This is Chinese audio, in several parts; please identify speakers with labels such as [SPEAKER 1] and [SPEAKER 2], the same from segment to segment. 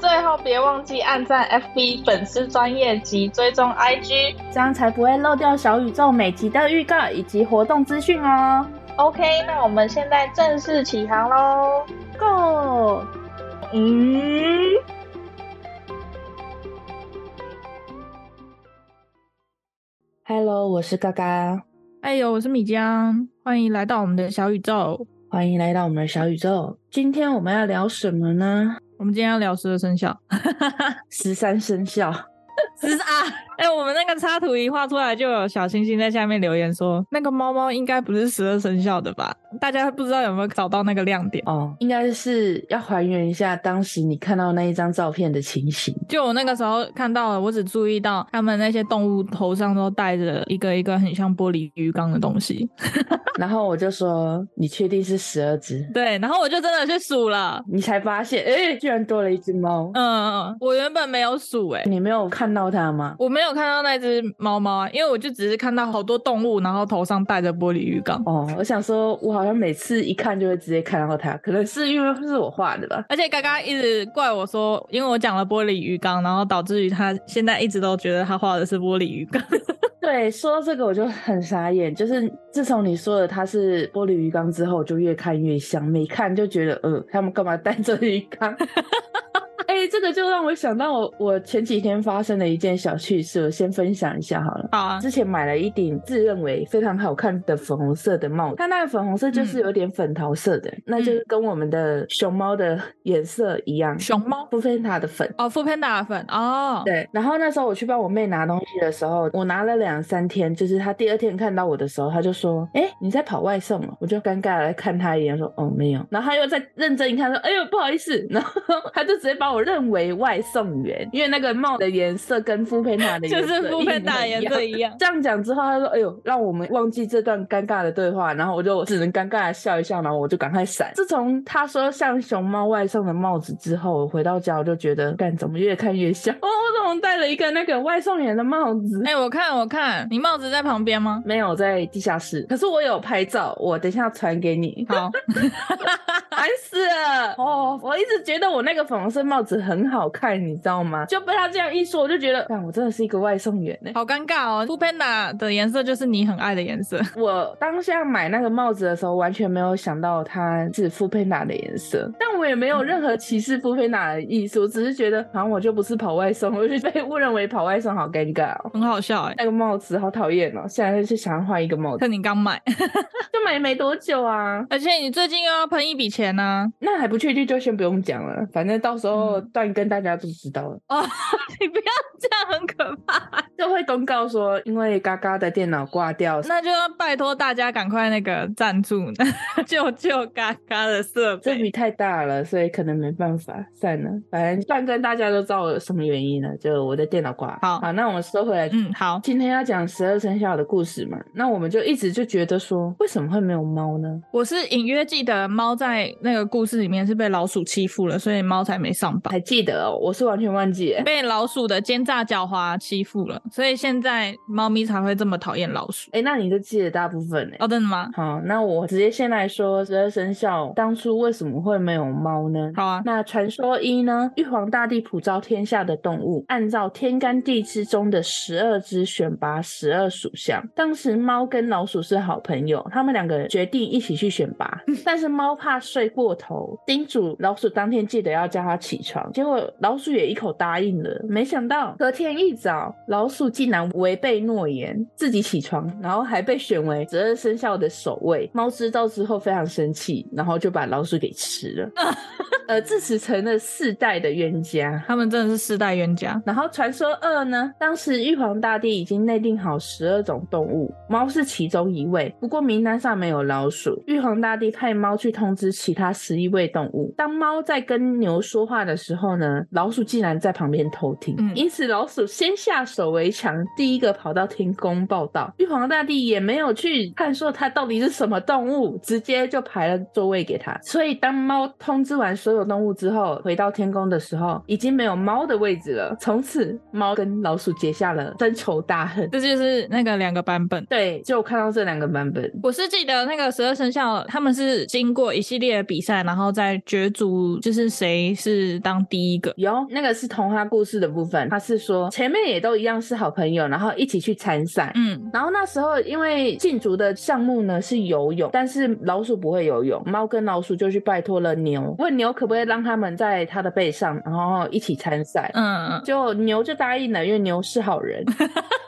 [SPEAKER 1] 最后别忘记按赞 FB 粉丝专业及追踪 IG。
[SPEAKER 2] 这样才不会漏掉小宇宙每集的预告以及活动资讯哦。
[SPEAKER 1] OK，那我们现在正式起航喽
[SPEAKER 2] ，Go！
[SPEAKER 1] 嗯，
[SPEAKER 3] Hello，我是嘎嘎，
[SPEAKER 1] 哎呦，我是米江，欢迎来到我们的小宇宙。
[SPEAKER 3] 欢迎来到我们的小宇宙。今天我们要聊什么呢？
[SPEAKER 1] 我们今天要聊十二生肖，
[SPEAKER 3] 十三生肖，
[SPEAKER 1] 十啊！哎、我们那个插图一画出来，就有小星星在下面留言说，那个猫猫应该不是十二生肖的吧？大家不知道有没有找到那个亮点？
[SPEAKER 3] 哦，应该是要还原一下当时你看到那一张照片的情形。
[SPEAKER 1] 就我那个时候看到了，我只注意到他们那些动物头上都戴着一个一个很像玻璃鱼缸的东西。
[SPEAKER 3] 然后我就说：“你确定是十二只
[SPEAKER 1] 对，然后我就真的去数了？”。
[SPEAKER 3] 你才发现，哎、居然多了一只猫。
[SPEAKER 1] 嗯嗯，嗯，我原本没有数哎、
[SPEAKER 3] 你没有看到它吗？
[SPEAKER 1] 我没有看到那只猫猫啊，因为我就只是看到好多动物，然后头上戴着玻璃鱼缸。
[SPEAKER 3] 哦，我想说，我好像每次一看就会直接看到它，可能是因为是我画的吧。
[SPEAKER 1] 而且刚刚一直怪我说，因为我讲了玻璃鱼缸，然后导致于他现在一直都觉得他画的是玻璃鱼缸。
[SPEAKER 3] 对，说到这个我就很傻眼，就是自从你说了它是玻璃鱼缸之后，我就越看越像，每看就觉得，呃，他们干嘛带着鱼缸？ 哎、这个就让我想到我我前几天发生的一件小趣事，我先分享一下好了。
[SPEAKER 1] 好啊，
[SPEAKER 3] 之前买了一顶自认为非常好看的粉红色的帽子，它那个粉红色就是
[SPEAKER 1] 嗯
[SPEAKER 3] 有点粉桃色的，那就是跟我们的熊猫的颜色一样，
[SPEAKER 1] 熊猫
[SPEAKER 3] 布菲塔的粉。
[SPEAKER 1] 哦，富潘达粉哦，
[SPEAKER 3] 对，然后那时候我去帮我妹拿东西的时候，我拿了两三天，就是她第二天看到我的时候，她就说：“哎、你在跑外送哦。”我就尴尬的看她一眼，说：“哦，没有。”然后她又再认真一看，说：“哎呦，不好意思。”然后她就直接把我认为外送员，因为那个帽的颜色跟富佩娜的颜
[SPEAKER 1] 就
[SPEAKER 3] 色
[SPEAKER 1] 是富潘达
[SPEAKER 3] 一模
[SPEAKER 1] 颜
[SPEAKER 3] 一样
[SPEAKER 1] 色一样。
[SPEAKER 3] 这样讲之后，他说：“哎呦，让我们忘记这段尴尬的对话。”然后我就只能尴尬的笑一笑，然后我就赶快闪。自从他说像熊猫外送的帽子之后，我回到家我就觉得，干怎么越看越像？ 哦，我怎么戴了一个那个外送员的帽子？
[SPEAKER 1] 哎、我看我看，你帽子在旁边吗？
[SPEAKER 3] 没有在地下室，可是我有拍照，我等一下传给你。
[SPEAKER 1] 好，
[SPEAKER 3] 烦死了！哦，我一直觉得我那个粉红色帽子很好看，你知道吗？就被他这样一说，我就觉得，干我真的是一个外送员呢、欸
[SPEAKER 1] 好尴尬哦。富潘达的颜色就是你很爱的颜色。
[SPEAKER 3] 我当下买那个帽子的时候，完全没有想到它是富佩娜的颜色，但我也没有任何歧视富佩娜的意思，我只是觉得，好像我就不是跑外送，我就被误认为跑外送，好尴尬哦。
[SPEAKER 1] 很好笑哎、
[SPEAKER 3] 那个帽子好讨厌哦，现在就想要换一个帽子，
[SPEAKER 1] 看你刚买，
[SPEAKER 3] 就买没多久啊，
[SPEAKER 1] 而且你最近又要喷一笔钱呢、
[SPEAKER 3] 那还不确定就先不用讲了，反正到时候
[SPEAKER 1] 嗯
[SPEAKER 3] 断跟大家都知道了，
[SPEAKER 1] 哦，你不要这样，很可怕。
[SPEAKER 3] 就会公告说，因为嘎嘎的电脑挂掉，
[SPEAKER 1] 那就要拜托大家赶快那个赞助， 救救嘎嘎的设
[SPEAKER 3] 这
[SPEAKER 1] 备。
[SPEAKER 3] 笔太大了，所以可能没办法，算了，反正断更大家都知道我什么原因了，就我的电脑挂。
[SPEAKER 1] 好
[SPEAKER 3] 好，那我们收回来。
[SPEAKER 1] 嗯，好，
[SPEAKER 3] 今天要讲十二生肖的故事嘛，那我们就一直就觉得说，为什么会没有猫呢？
[SPEAKER 1] 我是隐约记得猫在那个故事里面是被老鼠欺负了，所以猫才没上榜。
[SPEAKER 3] 还记得哦，我是完全忘记耶。
[SPEAKER 1] 被老鼠的奸诈狡猾欺负了，所以现在猫咪才会这么讨厌老鼠。
[SPEAKER 3] 哎，那你就记得大部分哎。
[SPEAKER 1] 哦，真的吗？
[SPEAKER 3] 好，那我直接先来说十二生肖当初为什么会没有猫呢？
[SPEAKER 1] 好啊，
[SPEAKER 3] 那传说一呢？玉皇大帝普照天下的动物，按照天干地支中的十二支选拔十二属相。当时猫跟老鼠是好朋友，他们两个决定一起去选拔，但是猫怕睡过头，叮嘱老鼠当天记得要叫它起床。结果老鼠也一口答应了。没想到隔天一早，老鼠竟然违背诺言，自己起床，然后还被选为十二生肖的首位。猫知道之后非常生气，然后就把老鼠给吃了。呃，自此成了世代的冤家。
[SPEAKER 1] 他们真的是世代冤家。
[SPEAKER 3] 然后传说二呢，当时玉皇大帝已经内定好十二种动物，猫是其中一位。不过名单上没有老鼠，玉皇大帝派猫去通知其他十一位动物。当猫在跟牛说话的时候呢，老鼠竟然在旁边偷听，
[SPEAKER 1] 嗯
[SPEAKER 3] 因此老鼠先下手为强，第一个跑到天宫报道。玉皇大帝也没有去看说它到底是什么动物，直接就排了座位给它。所以当猫通知完所有动物之后，回到天宫的时候，已经没有猫的位置了。从此，猫跟老鼠结下了深仇大恨。
[SPEAKER 1] 这就是那个两个版本。
[SPEAKER 3] 对，就看到这两个版本。
[SPEAKER 1] 我是记得那个十二生肖，他们是经过一系列的比赛，然后再角逐，就是谁是当第一个。
[SPEAKER 3] 有那个是童话故事的部分，他是说前面也都一样是好朋友，然后一起去参赛。
[SPEAKER 1] 嗯，
[SPEAKER 3] 然后那时候因为禁足的项目呢是游泳，但是老鼠不会游泳，猫跟老鼠就去拜托了牛，问牛可不可以让他们在它的背上，然后一起参赛。
[SPEAKER 1] 嗯，
[SPEAKER 3] 就牛就答应了，因为牛是好人。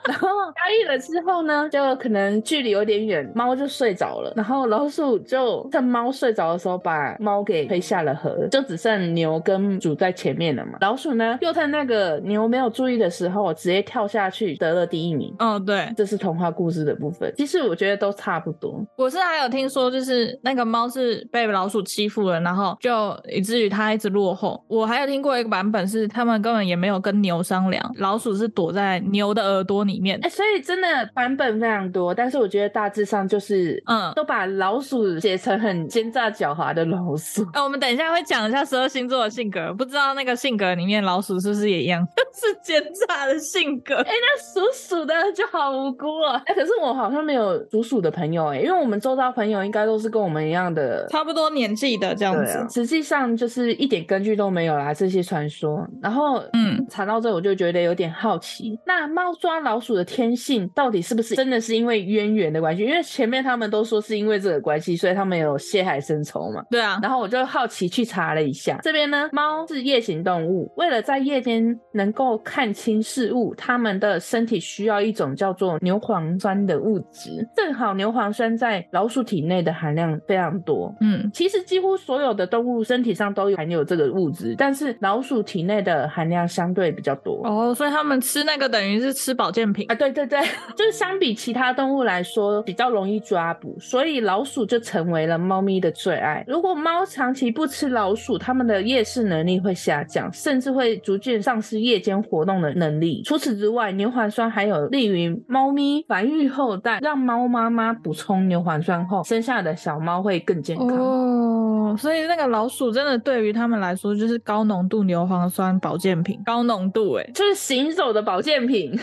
[SPEAKER 3] 然后答应了之后呢，就可能距离有点远，猫就睡着了。然后老鼠就趁猫睡着的时候，把猫给推下了河，就只剩牛跟主在前面了嘛。老鼠呢，又趁那个牛没有注意的时候，直接跳下去，得了第一名。
[SPEAKER 1] 哦，对，
[SPEAKER 3] 这是童话故事的部分，其实我觉得都差不多。
[SPEAKER 1] 我是还有听说，就是那个猫是被老鼠欺负了，然后就以至于它一直落后。我还有听过一个版本是，他们根本也没有跟牛商量，老鼠是躲在牛的耳朵里面
[SPEAKER 3] 哎、。所以真的版本非常多，但是我觉得大致上就是，
[SPEAKER 1] 嗯
[SPEAKER 3] 都把老鼠写成很奸诈狡猾的老鼠。
[SPEAKER 1] 哎、我们等一下会讲一下十二星座的性格，不知道那个性格里面老鼠是不是也一样， 是奸诈的性格。
[SPEAKER 3] 哎、那属鼠的就好无辜哦。哎、可是我好像没有属鼠的朋友哎、因为我们周遭朋友应该都是跟我们一样的。
[SPEAKER 1] 差不多年纪的这样
[SPEAKER 3] 对
[SPEAKER 1] 子。
[SPEAKER 3] 啊，实际上就是一点根据都没有啦，这些传说。然后，
[SPEAKER 1] 嗯，
[SPEAKER 3] 查到这我就觉得有点好奇，那猫抓老鼠的天性到底是不是真的是因为渊源的关系？因为前面他们都说是因为这个关系，所以他们有血海深仇嘛。
[SPEAKER 1] 对啊，
[SPEAKER 3] 然后我就好奇去查了一下，这边呢，猫是夜行动物，为了在夜间能够看清事物，它们的身体需要一种叫做牛磺酸的物质。正好牛磺酸在老鼠体内的含量非常多。
[SPEAKER 1] 嗯，
[SPEAKER 3] 其实几乎所有的动物身体上都有含有这个物质，但是老鼠体内的含量相对比较多。
[SPEAKER 1] 哦，所以他们吃那个等于是吃保健品
[SPEAKER 3] 啊，。对对 对，就是相比其他动物来说比较容易抓捕，所以老鼠就成为了猫咪的最爱。如果猫长期不吃老鼠，它们的夜视能力会下降，甚至会逐渐丧失夜间活动的能力。除此之外，牛磺酸还有利于猫咪繁育后代，让猫妈妈补充牛磺酸后，生下的小猫会更健康。，
[SPEAKER 1] 哦，所以那个老鼠真的对于他们来说就是高浓度牛磺酸保健品，高浓度哎、欸
[SPEAKER 3] 就是行走的保健 品，
[SPEAKER 1] 对，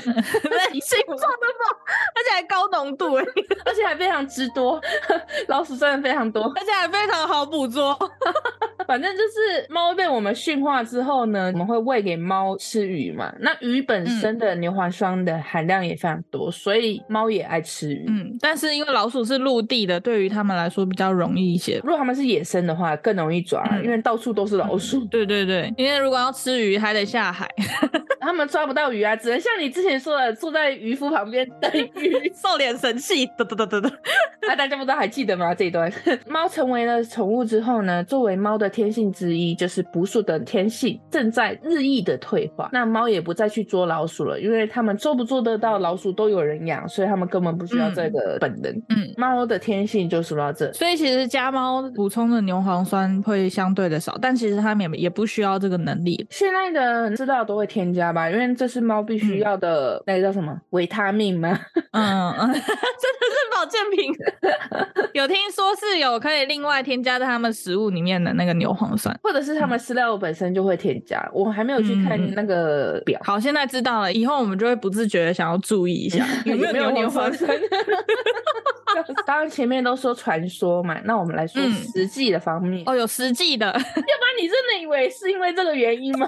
[SPEAKER 1] 心脏的宝，而且还高浓度哎、欸，
[SPEAKER 3] 而且还非常之多， 老鼠真的非常多。
[SPEAKER 1] 而且还非常好捕捉。
[SPEAKER 3] 反正就是猫被我们驯化之后呢，我们会喂给猫吃鱼嘛。那鱼
[SPEAKER 1] 嗯
[SPEAKER 3] 本身的牛磺酸的含量也非常多，所以猫也爱吃鱼。
[SPEAKER 1] 嗯，但是因为老鼠是陆地的，对于他们来说比较容易一些。
[SPEAKER 3] 如果它们是野生的话，更容易抓，
[SPEAKER 1] 嗯
[SPEAKER 3] 因为到处都是老鼠，
[SPEAKER 1] 对对对，因为如果要吃鱼，还得下海，
[SPEAKER 3] 它们抓不到鱼啊，只能像你之前说的，坐在渔夫旁边等鱼。
[SPEAKER 1] 瘦脸神气，得得得得得。
[SPEAKER 3] 那啊大家不都还记得吗？这一段， 猫成为了宠物之后呢，作为猫的天性之一，就是捕鼠的天性正在日益的退化。那猫也不再去捉老鼠了，因为它们做不做得到老鼠都有人养，所以它们根本不需要这个本能。
[SPEAKER 1] 嗯，
[SPEAKER 3] 猫的天性就说到这。
[SPEAKER 1] 所以其实家猫补充的牛磺酸会相对的少，但其实它们也也不需要这个能力。
[SPEAKER 3] 现在的资料都会添加吧，因为这是猫必须要的，那个叫什么维他命吗？
[SPEAKER 1] 嗯，嗯 真的是保健品。 有听说是有可以另外添加在它们食物里面的那个牛磺酸。
[SPEAKER 3] 或者是它们饲料本身就会添加？我还没有去看
[SPEAKER 1] 嗯
[SPEAKER 3] 那个表。
[SPEAKER 1] 好，现在知道了，以后我们就会不自觉的想要注意一下 有没有牛磺酸。
[SPEAKER 3] 酸？当然前面都说传说嘛，那我们来说
[SPEAKER 1] 嗯
[SPEAKER 3] 实际的方面。
[SPEAKER 1] 哦，有实际 的，因为
[SPEAKER 3] 要不然你真的以为是因为这个原因吗？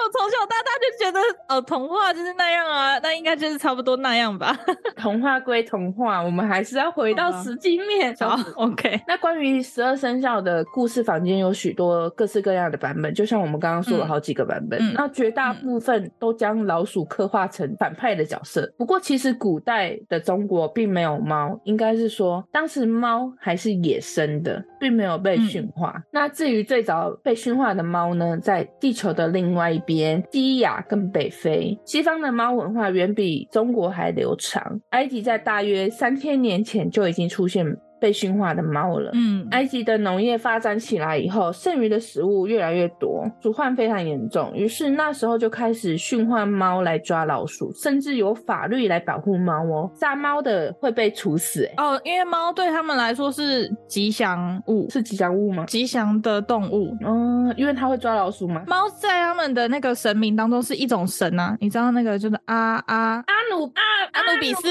[SPEAKER 1] 我从小到大就觉得，呃，童话就是那样啊，那应该就是差不多那样 吧。
[SPEAKER 3] 童话归童话，我们还是要回到
[SPEAKER 1] 好吧
[SPEAKER 3] 实际面。
[SPEAKER 1] 好，OK，
[SPEAKER 3] 那关于十二生肖的故事房间有许多各式各样的版本，就像我们刚刚说
[SPEAKER 1] 嗯
[SPEAKER 3] 了好几个版本。
[SPEAKER 1] 嗯
[SPEAKER 3] 那绝大部分都将老鼠刻画成反派的角色。不过，其实古代的中国并没有猫，应该是说当时猫还是野生的，并没有被驯化。那至于最早被驯化的猫呢，在地球的另外一边，西亚跟北非。西方的猫文化远比中国还流长，埃及在大约三千年前就已经出现。被驯化的猫了。
[SPEAKER 1] 嗯，
[SPEAKER 3] 埃及的农业发展起来以后，剩余的食物越来越多，鼠患非常严重。于是那时候就开始驯化猫来抓老鼠，甚至有法律来保护猫哦。杀猫的会被处死、欸，
[SPEAKER 1] 哦，因为猫对他们来说是吉祥物，
[SPEAKER 3] 是吉祥物吗？
[SPEAKER 1] 吉祥的动物。
[SPEAKER 3] 嗯，因为它会抓老鼠吗？
[SPEAKER 1] 猫在他们的那个神明当中是一种神啊，你知道那个就是阿阿
[SPEAKER 3] 阿努啊，
[SPEAKER 1] 阿努比斯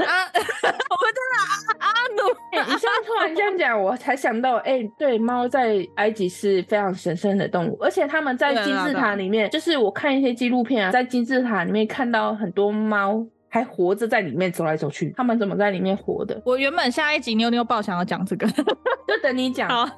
[SPEAKER 1] 啊阿，我们真的阿阿努
[SPEAKER 3] 哎你现在突然这样讲，我才想到，哎、对，猫在埃及是非常神圣的动物，而且他们在
[SPEAKER 1] 对啊
[SPEAKER 3] 金字
[SPEAKER 1] 对啊
[SPEAKER 3] 塔里面，就是我看一些纪录片啊，在金字塔里面看到很多猫还活着在里面走来走去，他们怎么在里面活 的？
[SPEAKER 1] 我原本下一集妞妞报想要讲这个，
[SPEAKER 3] 就等你讲，
[SPEAKER 1] 好，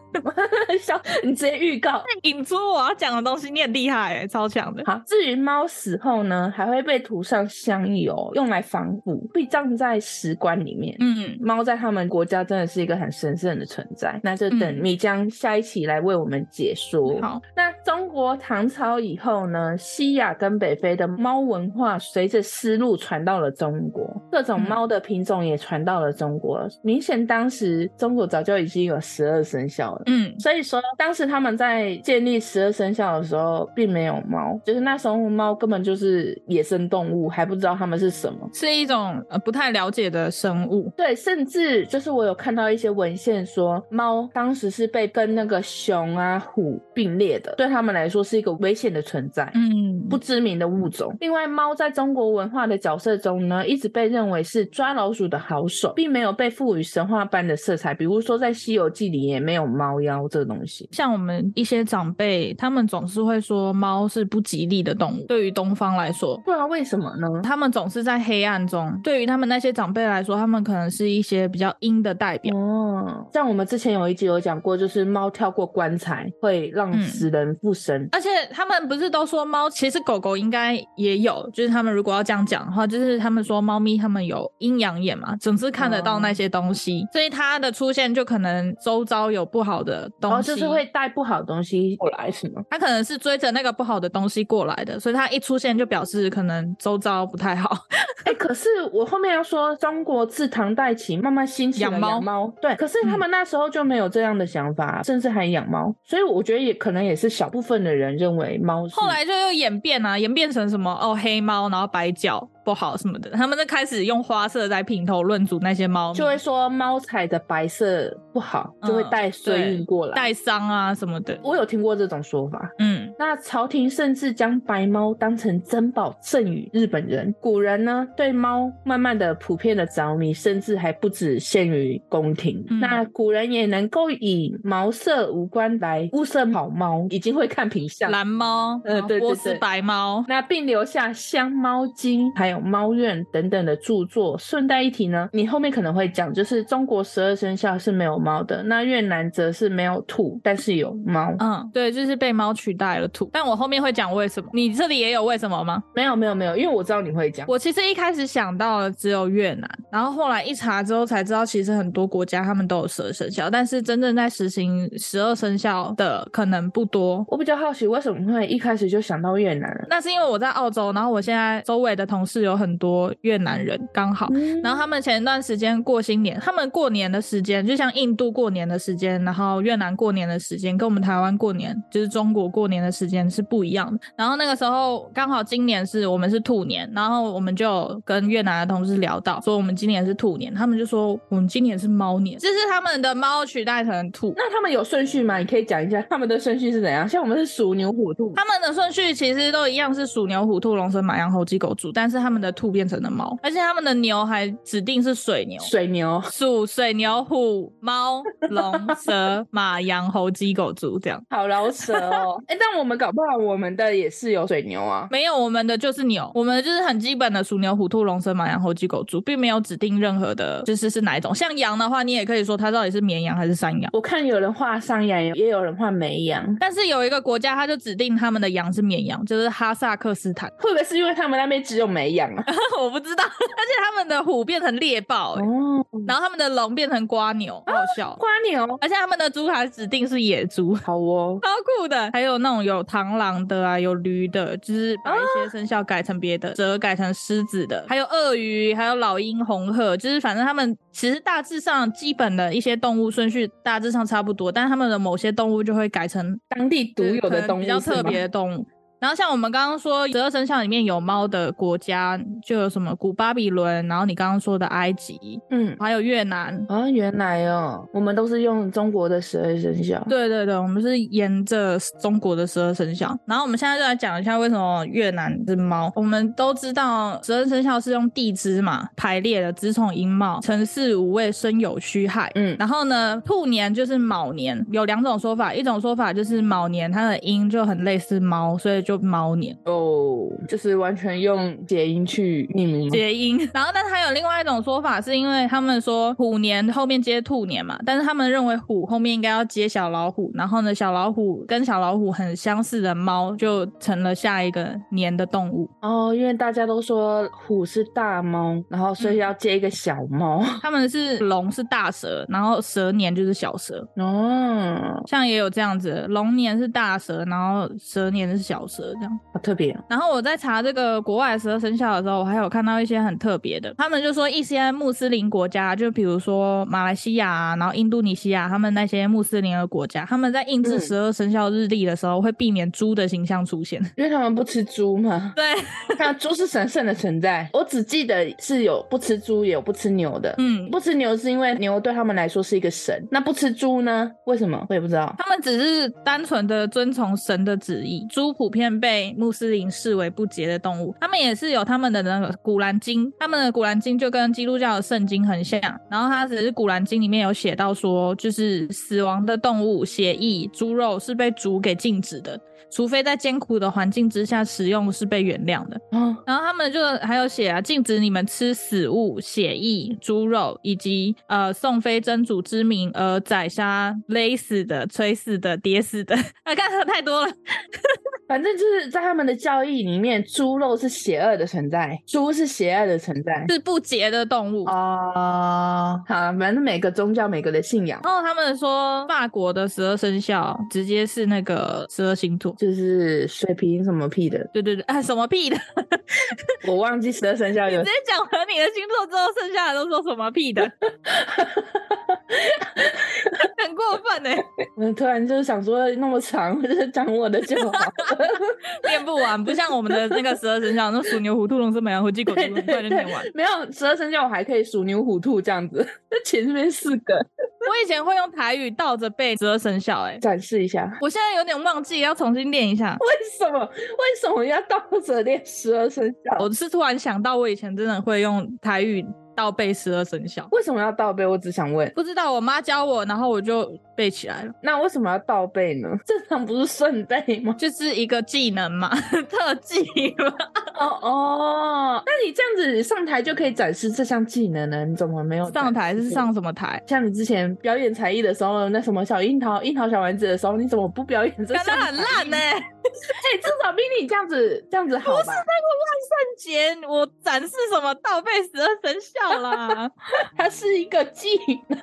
[SPEAKER 3] 笑，你直接预告。
[SPEAKER 1] 引出我要讲的东西，你很厉害、欸，超强的。
[SPEAKER 3] 好，至于猫死后呢，还会被涂上香油，用来防腐，被葬在石棺里面。
[SPEAKER 1] 嗯，
[SPEAKER 3] 猫在他们国家真的是一个很神圣的存在，那就等
[SPEAKER 1] 嗯
[SPEAKER 3] 米江下一期来为我们解说。
[SPEAKER 1] 好，
[SPEAKER 3] 那中国唐朝以后呢，西亚跟北非的猫文化随着丝路传到了中国，各种
[SPEAKER 1] 嗯
[SPEAKER 3] 猫的品种也传到了中国。明显当时中国早就已经有十二生肖了。
[SPEAKER 1] 嗯，
[SPEAKER 3] 所以说，当时他们在建立十二生肖的时候，并没有猫，就是那时候猫根本就是野生动物，还不知道它们是什么。
[SPEAKER 1] 是一种呃不太了解的生物。嗯
[SPEAKER 3] 对，甚至就是我有看到一些文献说，猫当时是被跟那个熊啊、虎并列的，对他们来说是一个危险的存在。
[SPEAKER 1] 嗯，
[SPEAKER 3] 不知名的物种。另外，猫在中国文化的角色中呢，一直被认为是抓老鼠的好手，并没有被赋予神话般的色彩。比如说，在《西游记》里也没有猫妖这个东西。
[SPEAKER 1] 像我们一些长辈，他们总是会说猫是不吉利的动物，对于东方来说。
[SPEAKER 3] 不知道为什么呢？
[SPEAKER 1] 他们总是在黑暗中，对于他们那些长辈来说，他们可能是一些比较阴的代表。
[SPEAKER 3] 哦，像我们之前有一集有讲过，就是猫跳过棺材会让
[SPEAKER 1] 嗯
[SPEAKER 3] 死人附身。
[SPEAKER 1] 而且他们不是都说猫，其实狗狗应该也有，就是他们如果要这样讲的话，就是他们说猫咪他们有阴阳眼嘛，总是看得到那些东
[SPEAKER 3] 嗯
[SPEAKER 1] 西，所以它的出现就可能周遭有不好的东
[SPEAKER 3] 然
[SPEAKER 1] 西，
[SPEAKER 3] 后哦就是会带不好的东西过来，是吗？
[SPEAKER 1] 它可能是追着那个不好的东西过来的，所以它一出现就表示可能周遭不太 好。
[SPEAKER 3] 哎、可是我后面要说，中国自唐代起慢慢兴起了
[SPEAKER 1] 养猫嗯
[SPEAKER 3] 养猫，对，可是他们那时候就没有这样的想法，甚至还养猫，所以我觉得也可能也是小部分的人认为猫是。
[SPEAKER 1] 后来就又演变啊，演变成什么哦，黑猫，然后白脚不好什么的，他们就开始用花色在评头论足那些猫咪，
[SPEAKER 3] 就会说猫踩的白色不好，
[SPEAKER 1] 嗯
[SPEAKER 3] 就会带衰运
[SPEAKER 1] 对
[SPEAKER 3] 过来。
[SPEAKER 1] 带伤啊什么的。
[SPEAKER 3] 我有听过这种说法。
[SPEAKER 1] 嗯，
[SPEAKER 3] 那朝廷甚至将白猫当成珍宝赠与日本人。古人呢，对猫慢慢的普遍的着迷，甚至还不止限于宫廷。
[SPEAKER 1] 嗯
[SPEAKER 3] 那古人也能够以毛色无关来物色好猫，已经会看品相。
[SPEAKER 1] 蓝猫，
[SPEAKER 3] 呃
[SPEAKER 1] 然后
[SPEAKER 3] 对对
[SPEAKER 1] 波斯
[SPEAKER 3] 对
[SPEAKER 1] 白猫，
[SPEAKER 3] 那并留下《香猫经》还有《猫院》等等的著作。顺带一提呢，你后面可能会讲，就是中国十二生肖是没有猫的，那越南则是没有兔，但是有猫。
[SPEAKER 1] 嗯，对，就是被猫取代了兔。但我后面会讲为什么，你这里也有为什么吗？
[SPEAKER 3] 没有没有没有，因为我知道你会讲。
[SPEAKER 1] 我其实一开始想到的只有越南，然后后来一查之后才知道，其实很多国家他们都有十二生肖，但是真正在实行十二生肖的可能不多。
[SPEAKER 3] 我比较好奇，为什么会一开始就想到越南人？
[SPEAKER 1] 那是因为我在澳洲，然后我现在周围的同事有很多越南人，刚好。然后他们前段时间过新年，他们过年的时间就像印度过年的时间，然后越南过年的时间跟我们台湾过年，就是中国过年的时间是不一样的。然后那个时候刚好今年是我们是兔年，然后我们就有跟越南的同事聊到，说我们今年是兔年，他们就说我们今年是猫年，这是他们的猫取代成兔。
[SPEAKER 3] 那他们有顺序吗？你可以讲一下他们的顺序是怎样？像我们是鼠、牛、虎、兔。
[SPEAKER 1] 他们的顺序其实都一样，是鼠、牛、虎、兔、龙、蛇、马、羊、猴、鸡、狗、猪，但是他们的兔变成了猫，而且他们的牛还指定是水牛。
[SPEAKER 3] 水牛，
[SPEAKER 1] 鼠、水牛、虎、猫、龙、蛇、马、羊、猴、鸡、狗、猪，这样
[SPEAKER 3] 好饶舌 哦！哎、但我们搞不好我们的也是有水牛啊。
[SPEAKER 1] 没有我们的就是牛，我们的就是很基本的鼠、牛、虎、兔、龙、蛇、马、羊、猴、鸡、狗、猪，并没有指定任何的，就是是哪一种。像羊的话，你也可以说它到底是绵羊还是山羊，
[SPEAKER 3] 我看有人画山羊，也有人画梅羊，
[SPEAKER 1] 但是有一个国家，它就指定他们的羊是绵羊，就是哈萨克斯坦。
[SPEAKER 3] 会不会是因为他们那边只有梅羊啊？
[SPEAKER 1] 我不知道，而且他们的虎变成猎豹、欸
[SPEAKER 3] 哦，
[SPEAKER 1] 然后他们的龙变成瓜牛，好好笑。
[SPEAKER 3] 瓜牛，
[SPEAKER 1] 而且他们的猪还指定是野猪，
[SPEAKER 3] 好哦，
[SPEAKER 1] 超酷的。还有那种有螳螂的啊，有驴的，就是把一些生肖改成别的，蛇改成狮子的，还有鳄鱼，还有老鹰、红鹤，就是反正他们其实大致上基本的一些动物顺序大致上差不多，但是他们的某些动物就会改成
[SPEAKER 3] 当地独
[SPEAKER 1] 就是
[SPEAKER 3] 有
[SPEAKER 1] 可
[SPEAKER 3] 的
[SPEAKER 1] 能
[SPEAKER 3] 东西
[SPEAKER 1] 比较特别的动物。 然后像我们刚刚说十二生肖里面有猫的国家，就有什么古巴比伦，然后你刚刚说的埃及，
[SPEAKER 3] 嗯。
[SPEAKER 1] 还有越南。
[SPEAKER 3] 啊，原来哦，我们都是用中国的十二生肖。
[SPEAKER 1] 对对对，我们是沿着中国的十二生肖，然后我们现在就来讲一下为什么越南是猫。我们都知道十二生肖是用地支嘛排列的，子丑寅卯，辰巳午未申酉戌亥。
[SPEAKER 3] 嗯，
[SPEAKER 1] 然后呢，兔年就是卯年，有两种说法，一种说法就是卯年它的音就很类似猫，所以就猫年。
[SPEAKER 3] 哦，就是完全用谐音去命名吗。
[SPEAKER 1] 谐音。 然后，但还有另外一种说法，是因为他们说虎年后面接兔年嘛，但是他们认为虎后面应该要接小老虎，然后呢，小老虎跟小老虎很相似的猫就成了下一个年的动物。
[SPEAKER 3] 哦，因为大家都说虎是大猫，然后所
[SPEAKER 1] 嗯
[SPEAKER 3] 以要接一个小猫。
[SPEAKER 1] 他们是龙是大蛇，然后蛇年就是小蛇，
[SPEAKER 3] 哦，
[SPEAKER 1] 像也有这样子，龙年是大蛇，然后蛇年是小蛇这样。
[SPEAKER 3] 好特别哦。
[SPEAKER 1] 然后我在查这个国外十二生肖的时候，我还有看到一些很特别的，他们就说一些穆斯林国家，就比如说马来西亚、啊，然后印度尼西亚，他们那些穆斯林的国家，他们在印制
[SPEAKER 3] 嗯
[SPEAKER 1] 十二生肖日历的时候，会避免猪的形象出现。
[SPEAKER 3] 因为他们不吃猪嘛，
[SPEAKER 1] 对，
[SPEAKER 3] 那猪是神圣的存在。我只记得是有不吃猪，也有不吃牛的。
[SPEAKER 1] 嗯。
[SPEAKER 3] 不吃牛是因为牛对他们来说是一个神，那不吃猪呢？为什么？我也不知道。
[SPEAKER 1] 他们只是单纯的遵从神的旨意，猪普遍被穆斯林视为不洁的动物。他们也是有他们的那个古兰经，他们的古兰经就跟基督教的圣经很像。然后它只是古兰经里面有写到说，就是死亡的动物血液、猪肉是被主给禁止的，除非在艰苦的环境之下食用是被原谅的。
[SPEAKER 3] 啊，
[SPEAKER 1] 然后他们就还有写啊，禁止你们吃死物、血液、猪肉，以及呃宋非真主之名而宰杀、勒死的、吹死的、跌死的。 啊，刚才喝太多了。
[SPEAKER 3] 反正就是在他们的教义里面，猪肉是邪恶的存在，猪是邪恶的存在。
[SPEAKER 1] 是不洁的动物。
[SPEAKER 3] 哦，好，反正每个宗教每个的信仰，
[SPEAKER 1] 然后他们说，法国的十二生肖直接是那个十二星座。
[SPEAKER 3] 就是水瓶什么屁的，
[SPEAKER 1] 对对对，啊，什么屁的！
[SPEAKER 3] 我忘记十二生肖有
[SPEAKER 1] 直接讲完你的星座之后，剩下的都说什么屁的，很过分哎、
[SPEAKER 3] 我嗯突然就是想说那么长， 我就是讲我的就好 了。
[SPEAKER 1] 念不完，不像我们的那个十二生肖，那鼠牛虎兔龙蛇马羊猴鸡狗猪，很快就念完。
[SPEAKER 3] 没有十二生肖，我还可以鼠牛虎兔这样子，那前面四个
[SPEAKER 1] 我以前会用台语倒着背十二生肖、欸，哎，
[SPEAKER 3] 展示一下，
[SPEAKER 1] 我现在有点忘记，要重新练一下。
[SPEAKER 3] 为什么为什么要倒着练十二生肖？
[SPEAKER 1] 我是突然想到，我以前真的会用台语倒背十二生肖，
[SPEAKER 3] 为什么要倒背？我只想问，
[SPEAKER 1] 不知道我妈教我，然后我就背起来了，
[SPEAKER 3] 那为什么要倒背呢？正常不是顺背吗？
[SPEAKER 1] 就是一个技能嘛， 特技嘛。
[SPEAKER 3] 哦哦，那你这样子上台就可以展示这项技能了，你怎么没有
[SPEAKER 1] 上
[SPEAKER 3] 展
[SPEAKER 1] 台
[SPEAKER 3] 示
[SPEAKER 1] 是上？什么台？
[SPEAKER 3] 像你之前表演才艺的时候，那什么小樱桃、樱桃小丸子的时候，你怎么不表演这
[SPEAKER 1] 感
[SPEAKER 3] 项
[SPEAKER 1] 觉很
[SPEAKER 3] 才
[SPEAKER 1] 烂
[SPEAKER 3] 艺
[SPEAKER 1] 呢、欸，
[SPEAKER 3] 哎、至少比你这样子这样子好吧？
[SPEAKER 1] 圣杰，我展示什么倒背十二生肖啦？
[SPEAKER 3] 它是一个技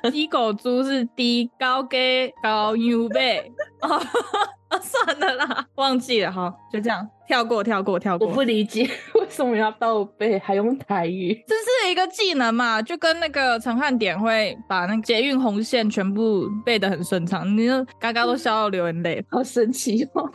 [SPEAKER 3] 能，
[SPEAKER 1] 鸡狗猪是低高给高 U 背，哦， 算了啦，忘记了，好，就这样跳过跳过跳
[SPEAKER 3] 我
[SPEAKER 1] 过。
[SPEAKER 3] 不理解为什么要倒背，还用台语。
[SPEAKER 1] 这是一个技能嘛，就跟那个陈汉典会把那个捷运红线全部背得很顺畅，你就嘎嘎都笑到流眼泪。
[SPEAKER 3] 好神奇哦！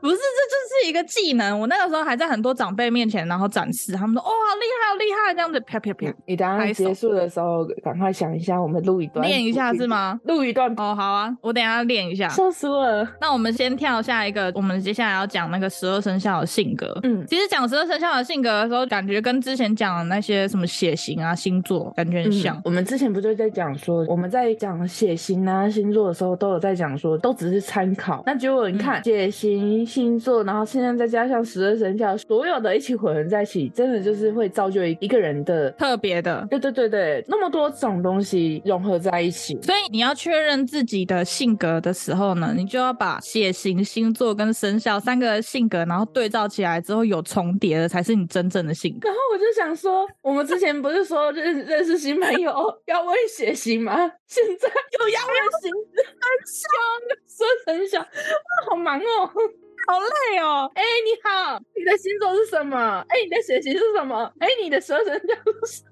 [SPEAKER 1] 不是，这就是一个技能。我那个时候还在很多长辈面前，然后展示，他们说：“哦，好厉害，好厉害！”这样子啪啪啪
[SPEAKER 3] 嗯你等下
[SPEAKER 1] 拍手
[SPEAKER 3] 结束的时候，赶快想一下，我们录一段，
[SPEAKER 1] 练一下是？吗？
[SPEAKER 3] 录一段，
[SPEAKER 1] 哦，好啊，我等一下练一下。
[SPEAKER 3] 笑死我了！
[SPEAKER 1] 那我们先跳下一个，我们接下来要讲那个十二生肖的性格。
[SPEAKER 3] 嗯
[SPEAKER 1] 其实讲十二生肖的性格的时候，感觉跟之前讲的那些什么血型啊、星座感觉很像。
[SPEAKER 3] 嗯我们之前不就在讲说，我们在讲血型啊、星座的时候，都有在讲说，都只是参考。那结果你看，血型、星座，然后现在再加上十二生肖，所有的一起混合在一起，真的就是会造就一一个人的。
[SPEAKER 1] 特别的。
[SPEAKER 3] 对对对对，那么多种东西融合在一起，
[SPEAKER 1] 所以你要确认自己的性格的时候呢，你就要把血型、星座跟生肖三个性格，然后对照起来之后有重叠的，才是你真正的性格。
[SPEAKER 3] 然后我就想说，我们之前不是说认认识新朋友要问血型吗？现在又要问型生肖，说生肖，哇，好忙哦！
[SPEAKER 1] 好累哦，
[SPEAKER 3] 哎、你好，你的星座是什么？哎、你的血型是什么？哎、你的蛇神叫什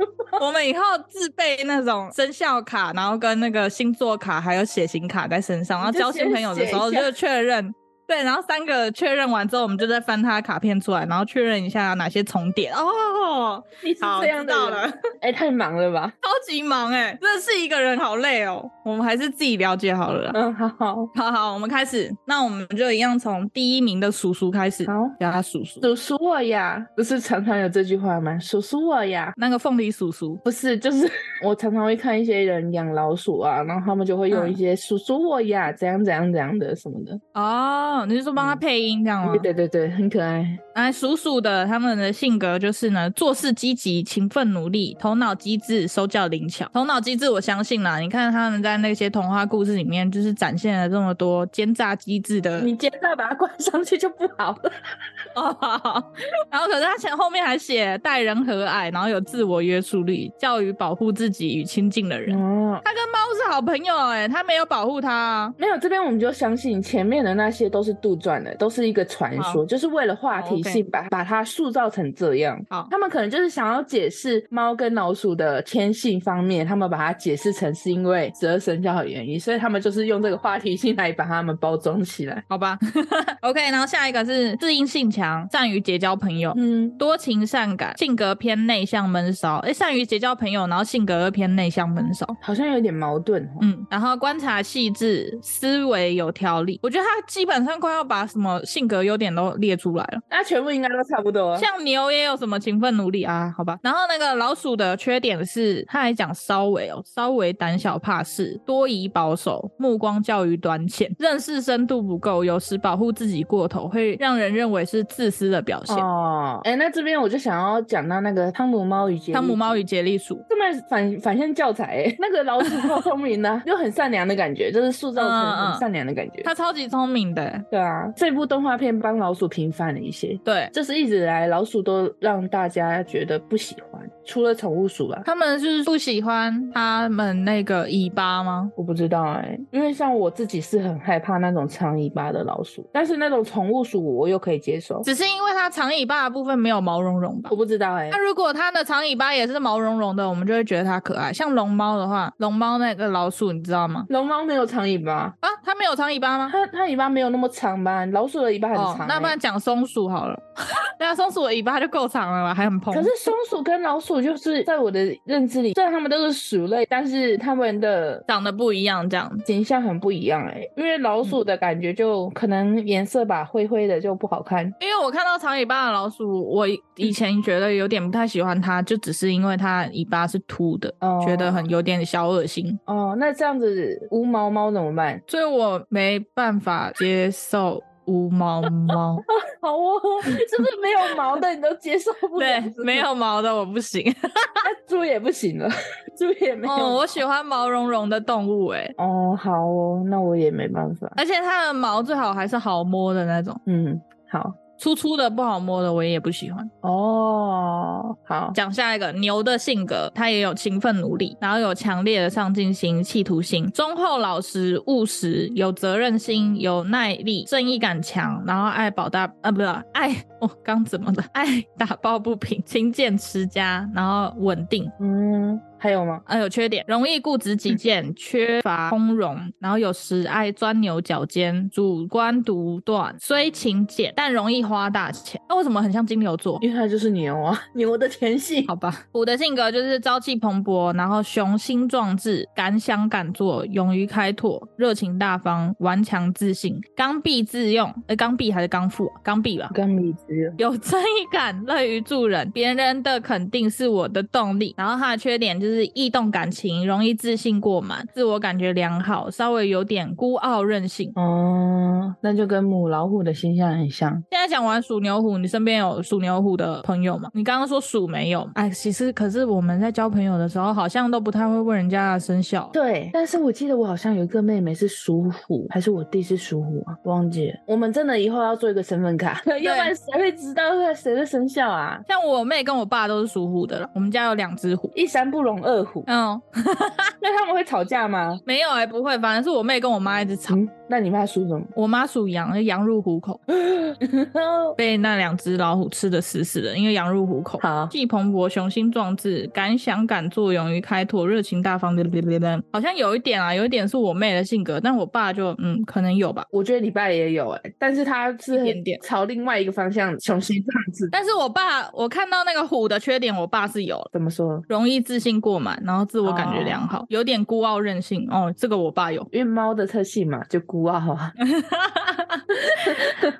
[SPEAKER 3] 么？
[SPEAKER 1] 我们以后自备那种生肖卡，然后跟那个星座卡还有血型卡在身上，然后
[SPEAKER 3] 你就
[SPEAKER 1] 交新朋友的时候
[SPEAKER 3] 先写一下
[SPEAKER 1] 就确认。对，然后三个确认完之后，我们就再翻他的卡片出来，然后确认一下哪些重叠哦。
[SPEAKER 3] 你是
[SPEAKER 1] 好
[SPEAKER 3] 这样
[SPEAKER 1] 知
[SPEAKER 3] 的
[SPEAKER 1] 道
[SPEAKER 3] 人
[SPEAKER 1] 了
[SPEAKER 3] 吗，哎、太忙了吧？
[SPEAKER 1] 超级忙哎、真的是一个人好累哦。我们还是自己了解好了啦。
[SPEAKER 3] 嗯，好好
[SPEAKER 1] 好好，我们开始。那我们就一样从第一名的叔叔开始，
[SPEAKER 3] 好，
[SPEAKER 1] 叫他叔叔。
[SPEAKER 3] 数数我呀，不是常常有这句话吗？数数我呀。
[SPEAKER 1] 那个凤梨叔叔，
[SPEAKER 3] 不是，就是 我常常会看一些人养老鼠啊，然后他们就会用一
[SPEAKER 1] 嗯
[SPEAKER 3] 些“数数我呀”怎样怎样怎样的什么的，
[SPEAKER 1] 哦，你是说帮他
[SPEAKER 3] 嗯
[SPEAKER 1] 配音这样吗？
[SPEAKER 3] 对对对对，很可爱。
[SPEAKER 1] 哎，鼠鼠的他们的性格就是呢，做事积极、勤奋努力、头脑机智、手脚灵巧。头脑机智，我相信啦，你看他们在那些童话故事里面，就是展现了这么多奸诈机智的。
[SPEAKER 3] 你接着把它 关上去就不好了。
[SPEAKER 1] 哦， 然后可是他前后面还写待人和蔼，然后有自我约束力，教育保护自己与亲近的人。
[SPEAKER 3] 哦，
[SPEAKER 1] 他跟猫是好朋友哎、他没有保护他、啊。
[SPEAKER 3] 没有，这边我们就相信前面的那些都是杜撰的，都是一个传说，
[SPEAKER 1] 好
[SPEAKER 3] 就是为了话题性把把它塑造成这样。
[SPEAKER 1] 好
[SPEAKER 3] 他们可能就是想要解释猫跟老鼠的天性方面，他们把它解释成是因为十二生肖的原因，所以他们就是用这个话题性来把它们包装起来。
[SPEAKER 1] 好吧 ，OK，然后下一个是适应性强，善于结交朋友。
[SPEAKER 3] 嗯，
[SPEAKER 1] 多情善感，性格偏内向闷骚，哎，善于结交朋友，然后性格又偏内向闷骚。
[SPEAKER 3] 好像有点矛盾哦。
[SPEAKER 1] 嗯，然后观察细致，思维有条理。我觉得他基本上快要把什么性格优点都列出来了。
[SPEAKER 3] 那全部应该都差不多。
[SPEAKER 1] 像牛也有什么勤奋努力啊，好吧。然后那个老鼠的缺点是，他还讲稍微哦，稍微胆小怕事，多疑保守，目光较于短浅，认识深度不够，有时保护自己过头，会让人认为是自私的表现。
[SPEAKER 3] 哦，哎、那这边我就想要讲到那个汤姆猫与杰利
[SPEAKER 1] 汤姆猫与杰利鼠，
[SPEAKER 3] 这么反反向教材、 欸，那个老鼠好聪明 呢、就很善良的感觉，就是塑造成
[SPEAKER 1] 嗯嗯
[SPEAKER 3] 很善良的感觉。
[SPEAKER 1] 它超级聪明的、
[SPEAKER 3] 对啊，这部动画片帮老鼠平反了一些，
[SPEAKER 1] 对，
[SPEAKER 3] 就是一直以来老鼠都让大家觉得不喜欢，除了宠物鼠吧。
[SPEAKER 1] 他们就是不喜欢他们那个尾巴吗？
[SPEAKER 3] 我不知道哎、因为像我自己是很害怕那种长尾巴的老鼠，但是那种宠物鼠我又可以接受。
[SPEAKER 1] 只是因为它长尾巴的部分没有毛茸茸吧
[SPEAKER 3] 我？不知道哎、
[SPEAKER 1] 那如果它的长尾巴也是毛茸茸的，我们就会觉得它可爱。像龙猫的话，龙猫那个老鼠你知道吗？
[SPEAKER 3] 龙猫没有长尾巴，
[SPEAKER 1] 啊，它没有长尾巴吗？
[SPEAKER 3] 它它尾巴没有那么长吧？老鼠的尾巴很
[SPEAKER 1] 哦
[SPEAKER 3] 长、欸，
[SPEAKER 1] 那不然讲松鼠好了。 对啊，松鼠的尾巴就够长了吧，还很蓬。
[SPEAKER 3] 可是松鼠跟老鼠就是在我的认知里，虽然它们都是鼠类，但是它们的
[SPEAKER 1] 长得不一样，这样
[SPEAKER 3] 形象很不一样哎、因为
[SPEAKER 1] 嗯
[SPEAKER 3] 老鼠的感觉就可能颜色吧，灰灰的就不好看。
[SPEAKER 1] 因为我看到长尾巴的老鼠，我以前觉得有点不太喜欢它，就只是因为它尾巴是凸的，
[SPEAKER 3] 哦
[SPEAKER 1] 觉得很有点小恶心。
[SPEAKER 3] 哦，那这样子无毛猫怎么办？
[SPEAKER 1] 所以我没办法接受无毛猫，
[SPEAKER 3] 好哦， 就是没有毛的你都接受不了，
[SPEAKER 1] 对，没有毛的我不 行。
[SPEAKER 3] 那猪也不行了，猪也没有。
[SPEAKER 1] 哦，我喜欢毛茸茸的动物、欸，
[SPEAKER 3] 哦，好哦，那我也没办法。
[SPEAKER 1] 而且它的毛最好还是好摸的那种，
[SPEAKER 3] 嗯，好。
[SPEAKER 1] 粗粗的不好摸的我也不喜欢。
[SPEAKER 3] 哦，好，
[SPEAKER 1] 讲下一个牛的性格，它也有勤奋努力，然后有强烈的上进心、企图心，忠厚老实、务实，有责任心，有耐力，正义感强，然后爱保大啊，不是爱我刚怎么了？爱打抱不平，勤俭持家，然后稳定。
[SPEAKER 3] 嗯，还有吗？
[SPEAKER 1] 啊，有缺点，容易固执己见，缺乏通融，然后有时爱钻牛角尖，主观独断，虽勤俭但容易花大钱。那、为什么很像金牛座？
[SPEAKER 3] 因为它就是牛啊， 牛的天性。
[SPEAKER 1] 好吧，虎的性格就是朝气蓬勃，然后雄心壮志，敢想敢做，勇于开拓，热情大方，顽强自信，刚愎自用。哎，刚愎还是刚富啊？刚愎吧。
[SPEAKER 3] 跟米子
[SPEAKER 1] 有正义感，乐于助人，别人的肯定是我的动力。然后他的缺点就就是易动感情，容易自信过满，自我感觉良好，稍微有点孤傲任性。
[SPEAKER 3] 哦，那就跟母老虎的形象很像。
[SPEAKER 1] 现在讲完属牛虎，你身边有属牛虎的朋友吗？你刚刚说属没有，哎，其实可是我们在交朋友的时候，好像都不太会问人家的生肖。
[SPEAKER 3] 对，但是我记得我好像有一个妹妹是属虎，还是我弟是属虎啊？忘记了。我们真的以后要做一个身份卡， 要不然谁会知道谁的生肖啊？
[SPEAKER 1] 像我妹跟我爸都是属虎的了，我们家有两只虎。
[SPEAKER 3] 一山不容二虎，
[SPEAKER 1] 嗯，
[SPEAKER 3] 那他们会吵架吗？
[SPEAKER 1] 没有哎、不会，反正是我妹跟我妈一直吵。
[SPEAKER 3] 嗯，那你爸属什么？
[SPEAKER 1] 我妈属羊，羊入虎口，被那两只老虎吃的死死的，因为羊入虎口。
[SPEAKER 3] 好
[SPEAKER 1] 既蓬勃、雄心壮志、敢想敢做、勇于开拓、热情大方的，好像有一点啊，有一点是我妹的性格，但我爸就嗯，可能有吧。
[SPEAKER 3] 我觉得你爸也有哎、但是他是
[SPEAKER 1] 一点点
[SPEAKER 3] 朝另外一个方向雄心壮志。
[SPEAKER 1] 但是我爸，我看到那个虎的缺点，我爸是有了
[SPEAKER 3] 怎么说？
[SPEAKER 1] 容易自信过满，然后自我感觉良好，有点孤傲任性。哦，这个我爸有。
[SPEAKER 3] 因为猫的特性嘛，就孤傲啊。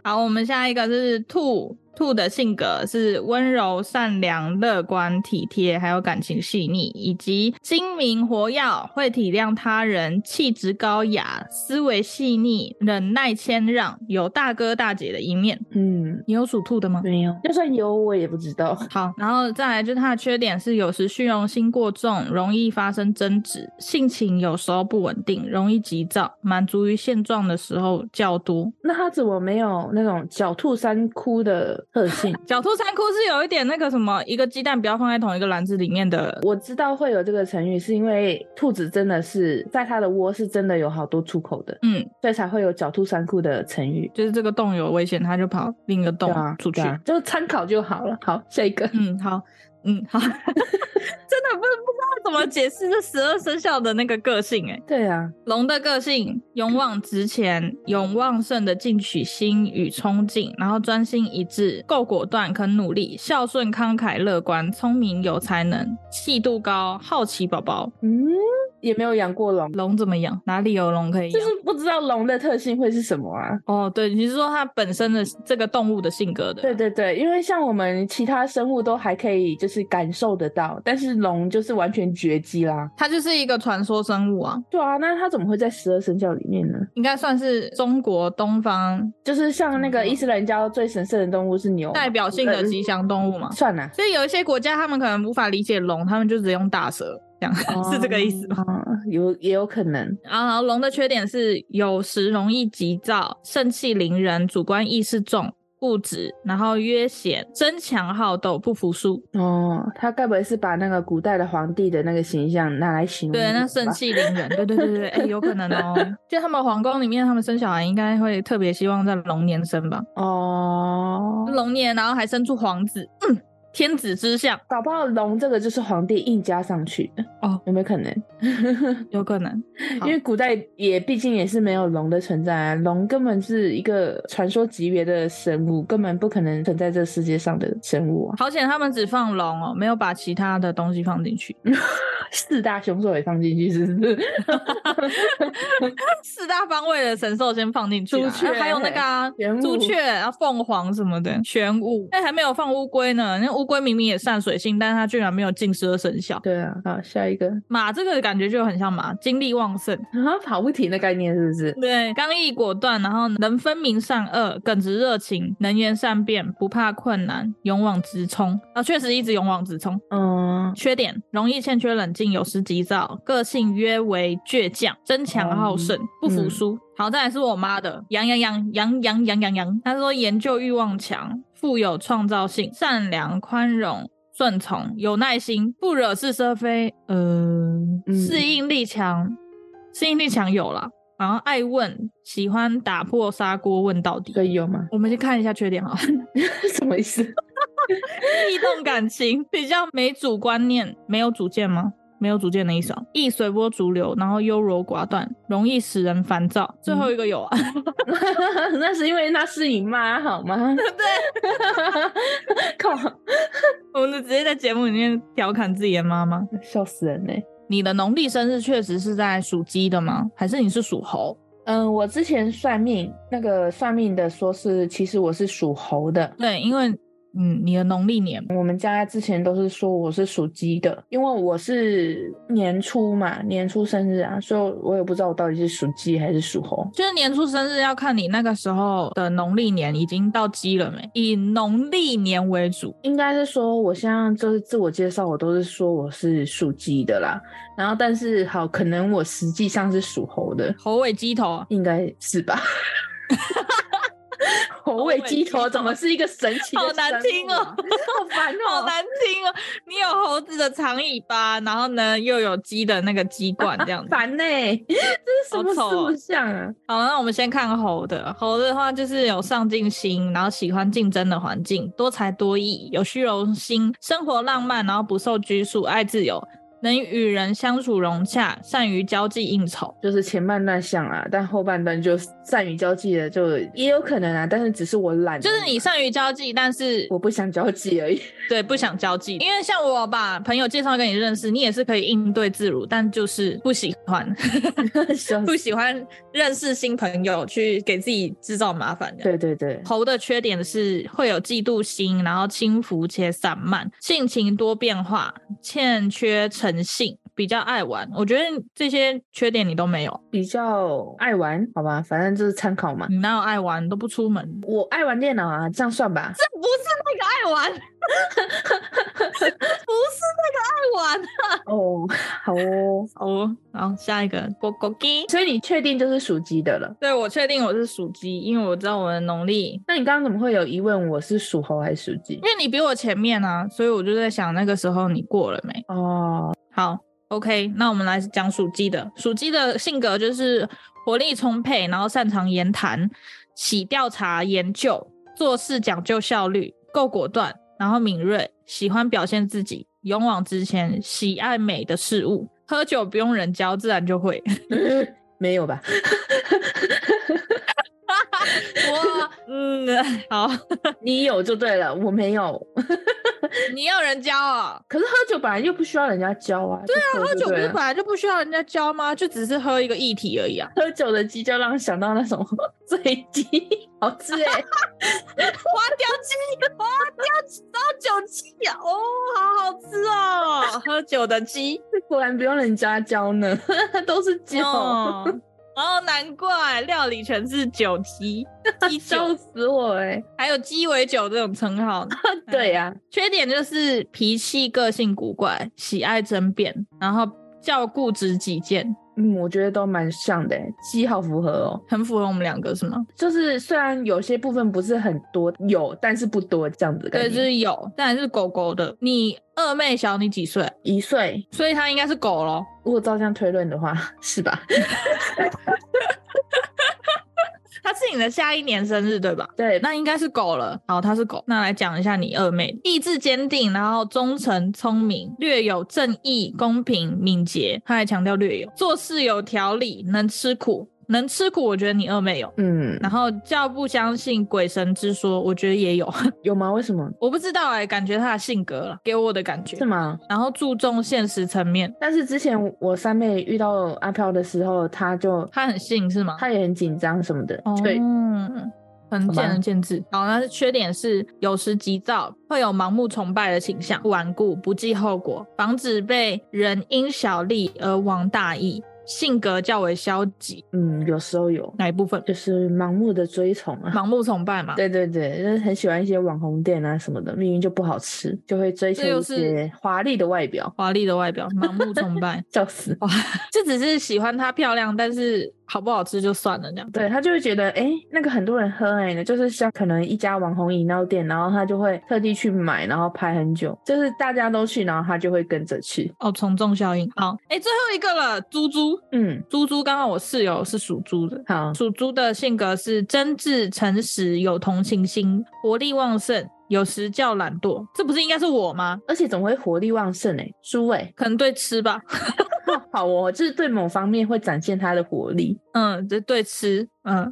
[SPEAKER 1] 好，我们下一个是兔。兔的性格是温柔、善良、乐观、体贴，还有感情细腻，以及精明、活跃，会体谅他人，气质高雅，思维细腻，忍耐谦让，有大哥大姐的一面。
[SPEAKER 3] 嗯，
[SPEAKER 1] 你有属兔的吗？
[SPEAKER 3] 没有，就算有我也不知道。
[SPEAKER 1] 好，然后再来就是它的缺点是有时虚荣心过重，容易发生争执，性情有时候不稳定，容易急躁，满足于现状的时候较多。
[SPEAKER 3] 那他怎么没有那种狡兔三窟的特性？
[SPEAKER 1] 狡兔三窟是有一点那个什么，一个鸡蛋不要放在同一个篮子里面的。
[SPEAKER 3] 我知道会有这个成语，是因为兔子真的是在它的窝是真的有好多出口的，
[SPEAKER 1] 嗯，
[SPEAKER 3] 所以才会有狡兔三窟的成语。
[SPEAKER 1] 就是这个洞有危险，它就跑另一个
[SPEAKER 3] 对
[SPEAKER 1] 洞
[SPEAKER 3] 啊，
[SPEAKER 1] 出去。
[SPEAKER 3] 对啊就参考就好了。 好，下一个。
[SPEAKER 1] 嗯，好，嗯，好，真的不不知道怎么解释这十二生肖的那个个性哎、
[SPEAKER 3] 对啊，
[SPEAKER 1] 龙的个性勇往直前，有旺盛的进取心与冲劲，然后专心一致，够果断，肯努力，孝顺、慷慨、乐观，聪明有才能，气度高，好奇宝宝。
[SPEAKER 3] 嗯，也没有养过龙，
[SPEAKER 1] 龙怎么养？哪里有龙可以
[SPEAKER 3] 就
[SPEAKER 1] 养？
[SPEAKER 3] 是不知道龙的特性会是什么啊？
[SPEAKER 1] 哦，对，你是说它本身的这个动物的性格的？
[SPEAKER 3] 对对对，因为像我们其他生物都还可以，就是感受得到，但是龙就是完全绝迹啦。
[SPEAKER 1] 它就是一个传说生物啊，
[SPEAKER 3] 对啊，那它怎么会在十二生肖里面呢？
[SPEAKER 1] 应该算是中国东方
[SPEAKER 3] 就是像那个
[SPEAKER 1] 嗯
[SPEAKER 3] 伊斯兰教最神圣的动物是牛嘛，
[SPEAKER 1] 代表性的
[SPEAKER 3] 人
[SPEAKER 1] 吉祥动物嘛。
[SPEAKER 3] 算了，
[SPEAKER 1] 所以有一些国家他们可能无法理解龙，他们就只用大蛇，这样、 是这个意思吗？
[SPEAKER 3] 啊，有也有可能。
[SPEAKER 1] 然后龙的缺点是有时容易急躁、盛气凌人、主观意识重、固执，然后约显、争强好斗、不服输。
[SPEAKER 3] 哦，他该不会是把那个古代的皇帝的那个形象拿来形容
[SPEAKER 1] 对，
[SPEAKER 3] 我
[SPEAKER 1] 那
[SPEAKER 3] 吧
[SPEAKER 1] 盛气凌人，对对对对对，哎、有可能哦。就他们皇宫里面，他们生小孩应该会特别希望在龙年生吧？
[SPEAKER 3] 哦，
[SPEAKER 1] 龙年，然后还生出皇子，嗯，天子之相，
[SPEAKER 3] 搞不好龙这个就是皇帝硬加上去的
[SPEAKER 1] 哦，
[SPEAKER 3] 有没有可能？
[SPEAKER 1] 有可能。好
[SPEAKER 3] 因为古代也毕竟也是没有龙的存在啊，龙根本是一个传说级别的生物，根本不可能存在这世界上的生物啊。
[SPEAKER 1] 好险，他们只放龙哦，没有把其他的东西放进去。嗯
[SPEAKER 3] 四大凶兽也放进去，是不是？
[SPEAKER 1] 四大方位的神兽先放进去、啊，
[SPEAKER 3] 朱雀
[SPEAKER 1] 啊还有那个、啊
[SPEAKER 3] 玄武
[SPEAKER 1] 朱雀、啊凤凰什么的，玄武，哎，还没有放乌龟呢。那乌龟明明也善水性，但是它居然没有进十二生肖。
[SPEAKER 3] 对啊，好，下一个
[SPEAKER 1] 马这个感觉就很像马，精力旺盛，
[SPEAKER 3] 啊，跑不停的概念是不是？
[SPEAKER 1] 对，刚毅果断，然后能分明善恶，耿直热情，能言善辩，不怕困难，勇往直冲啊，确实一直勇往直冲。
[SPEAKER 3] 嗯，
[SPEAKER 1] 缺点：容易欠缺冷静，有时急躁，个性约为倔强，争强好胜，不服输。好，再来是我妈的杨洋洋杨洋洋洋洋，她说研究欲望强，富有创造性，善良宽容。顺从，有耐心，不惹是生非，呃，
[SPEAKER 3] 嗯
[SPEAKER 1] 适应力强，适应力强有啦，然后爱问，喜欢打破砂锅问到底
[SPEAKER 3] 所。以有吗？
[SPEAKER 1] 我们先看一下缺点哈。
[SPEAKER 3] 什么意思？
[SPEAKER 1] 易动感情， 比较没主观念，没有主见吗？没有主见的意思哦，易随波逐流，然后优柔寡断，容易使人烦躁。最后一个有啊，
[SPEAKER 3] 那是因为那是你妈好 吗？对，靠，
[SPEAKER 1] 我们直接在节目里面调侃自己的妈妈。
[SPEAKER 3] 笑死人嘞、
[SPEAKER 1] 你的农历生日确实是在属鸡的吗？还是你是属猴？
[SPEAKER 3] 嗯，我之前算命，那个算命的说是，其实我是属猴的，
[SPEAKER 1] 对，因为嗯你的农历年，
[SPEAKER 3] 我们家之前都是说我是属鸡的，因为我是年初嘛，年初生日啊，所以我也不知道我到底是属鸡还是属猴。
[SPEAKER 1] 就是年初生日要看你那个时候的农历年已经到鸡了没，以农历年为主。
[SPEAKER 3] 应该是说，我现在就是自我介绍，我都是说我是属鸡的啦。然后，但是好，可能我实际上是属猴的，
[SPEAKER 1] 猴尾鸡头啊，
[SPEAKER 3] 应该是吧？ 猴尾鸡头怎么是一个神奇的、啊
[SPEAKER 1] 好难听哦
[SPEAKER 3] 好烦哦！
[SPEAKER 1] 好难听哦！你有猴子的长尾巴，然后呢又有鸡的那个鸡冠这样子。
[SPEAKER 3] 烦呢、这是什么
[SPEAKER 1] 好丑哦
[SPEAKER 3] 塑像啊？
[SPEAKER 1] 好，那我们先看猴的。猴的话就是有上进心，然后喜欢竞争的环境，多才多艺，有虚荣心，生活浪漫，然后不受拘束，爱自由，能与人相处融洽，善于交际应酬。
[SPEAKER 3] 就是前半段像啊，但后半段就善于交际的，就也有可能啊，但是只是我懒而已嘛，
[SPEAKER 1] 就是你善于交际，但是
[SPEAKER 3] 我不想交际而已。
[SPEAKER 1] 对不想交际，因为像我把朋友介绍给你认识，你也是可以应对自如，但就是不喜欢，
[SPEAKER 3] 笑死
[SPEAKER 1] 不喜欢认识新朋友，去给自己制造麻烦。
[SPEAKER 3] 对对对，
[SPEAKER 1] 猴的缺点是会有嫉妒心，然后轻浮且散漫，性情多变化，欠缺诚信，比较爱玩。我觉得这些缺点你都没有，
[SPEAKER 3] 比较爱玩，好吧，反正就是参考嘛。
[SPEAKER 1] 你哪有爱玩都不出门？
[SPEAKER 3] 我爱玩电脑啊，这样算吧。
[SPEAKER 1] 这不是那个爱玩， 不是那个爱玩。
[SPEAKER 3] 哦， 好哦。
[SPEAKER 1] 哦，然后下一个狗狗鸡。
[SPEAKER 3] 所以你确定就是属鸡的了？
[SPEAKER 1] 对，我确定我是属鸡，因为我知道我的农历，
[SPEAKER 3] 那你刚刚怎么会有疑问？我是属猴还是属鸡
[SPEAKER 1] 因？为你比我前面啊，所以我就在想那个时候你过了没？
[SPEAKER 3] 哦，
[SPEAKER 1] 好，OK，那我们来讲属鸡的。属鸡的性格就是活力充沛，然后擅长言谈、喜调查研究，做事讲究效率，够果断，然后敏锐，喜欢表现自己，勇往直前，喜爱美的事物。喝酒不用人教，自然就会。
[SPEAKER 3] 没有吧？
[SPEAKER 1] 我嗯， 好，
[SPEAKER 3] 你有就对了，我没有。
[SPEAKER 1] 你要人教哦。
[SPEAKER 3] 可是喝酒本来又不需要人家教啊。对啊，
[SPEAKER 1] 喝酒不
[SPEAKER 3] 对
[SPEAKER 1] 是
[SPEAKER 3] 了
[SPEAKER 1] 本来就不需要人家教吗？就只是喝一个液体而已啊。
[SPEAKER 3] 喝酒的鸡就让我想到那种 醉 鸡，好吃哎、
[SPEAKER 1] 花雕鸡， 花雕鸡，烧酒鸡啊，哦，好好吃哦， 喝酒的鸡
[SPEAKER 3] 果然不用人家教呢， 都是酒，
[SPEAKER 1] 哦，哦，难怪料理全是酒鸡， 鸡
[SPEAKER 3] 笑
[SPEAKER 1] 酒，
[SPEAKER 3] 死我哎、
[SPEAKER 1] 还有鸡尾酒这种称号。
[SPEAKER 3] 对呀、
[SPEAKER 1] 缺点就是脾气、个性古怪，喜爱争辩，然后较固执己见，
[SPEAKER 3] 嗯，我觉得都蛮像的、欸，鸡好符合哦。
[SPEAKER 1] 很符合我们两个是吗？
[SPEAKER 3] 就是虽然有些部分不是很多，有但是不多这样子的感
[SPEAKER 1] 对，
[SPEAKER 3] 觉。
[SPEAKER 1] 就是有，但是狗狗的。你二妹小你几岁？
[SPEAKER 3] 一岁，
[SPEAKER 1] 所以它应该是狗咯。
[SPEAKER 3] 如果照这样推论的话， 是吧？
[SPEAKER 1] 它是你的下一年生日对吧？
[SPEAKER 3] 对，那
[SPEAKER 1] 那应该是狗了。好，它是狗。那来讲一下你二妹，意志坚定，然后忠诚、聪明，略有正义、公平、敏捷。他还强调略有，做事有条理，能吃苦，能吃苦。我觉得你二妹有。
[SPEAKER 3] 嗯，
[SPEAKER 1] 然后较不相信鬼神之说，我觉得也有，
[SPEAKER 3] 有吗？为什么？
[SPEAKER 1] 我不知道哎、感觉他的性格了，给我的感觉
[SPEAKER 3] 是。吗？
[SPEAKER 1] 然后注重现实层面，
[SPEAKER 3] 但是之前我三妹遇到阿飘的时候，她就
[SPEAKER 1] 他很信是吗？
[SPEAKER 3] 她也很紧张什么的，对，
[SPEAKER 1] 嗯，很
[SPEAKER 3] 好吧
[SPEAKER 1] 见仁见智。好，那缺点是有时急躁，会有盲目崇拜的倾向，顽固不计后果，防止被人因小利而忘大义，性格较为消极。
[SPEAKER 3] 嗯，有时候有，
[SPEAKER 1] 哪一部分？
[SPEAKER 3] 就是盲目的追崇啊。
[SPEAKER 1] 盲目崇拜嘛。
[SPEAKER 3] 对对对，就是很喜欢一些网红店啊什么的，命运就不好吃，就会追求
[SPEAKER 1] 这又
[SPEAKER 3] 一些华丽的外表，，
[SPEAKER 1] 华丽的外表，盲目崇拜
[SPEAKER 3] 笑死。
[SPEAKER 1] 哇，这只是喜欢她漂亮，但是好不好吃就算了这样。
[SPEAKER 3] 对他就会觉得，哎，那个很多人喝哎、就是像可能一家网红饮料店，然后他就会特地去买，然后排很久，就是大家都去，然后他就会跟着去。
[SPEAKER 1] 哦，从众效应。好，哎，最后一个了，猪猪，
[SPEAKER 3] 嗯，
[SPEAKER 1] 猪猪，刚刚我室友是属猪的，
[SPEAKER 3] 好，
[SPEAKER 1] 属猪的性格是真挚、诚实、有同情心、活力旺盛，有时较懒惰。这不是应该是我吗？
[SPEAKER 3] 而且总会活力旺盛哎、猪哎、
[SPEAKER 1] 可能对吃吧，
[SPEAKER 3] 好哦，就是对某方面会展现他的活力，
[SPEAKER 1] 嗯，这对吃，嗯，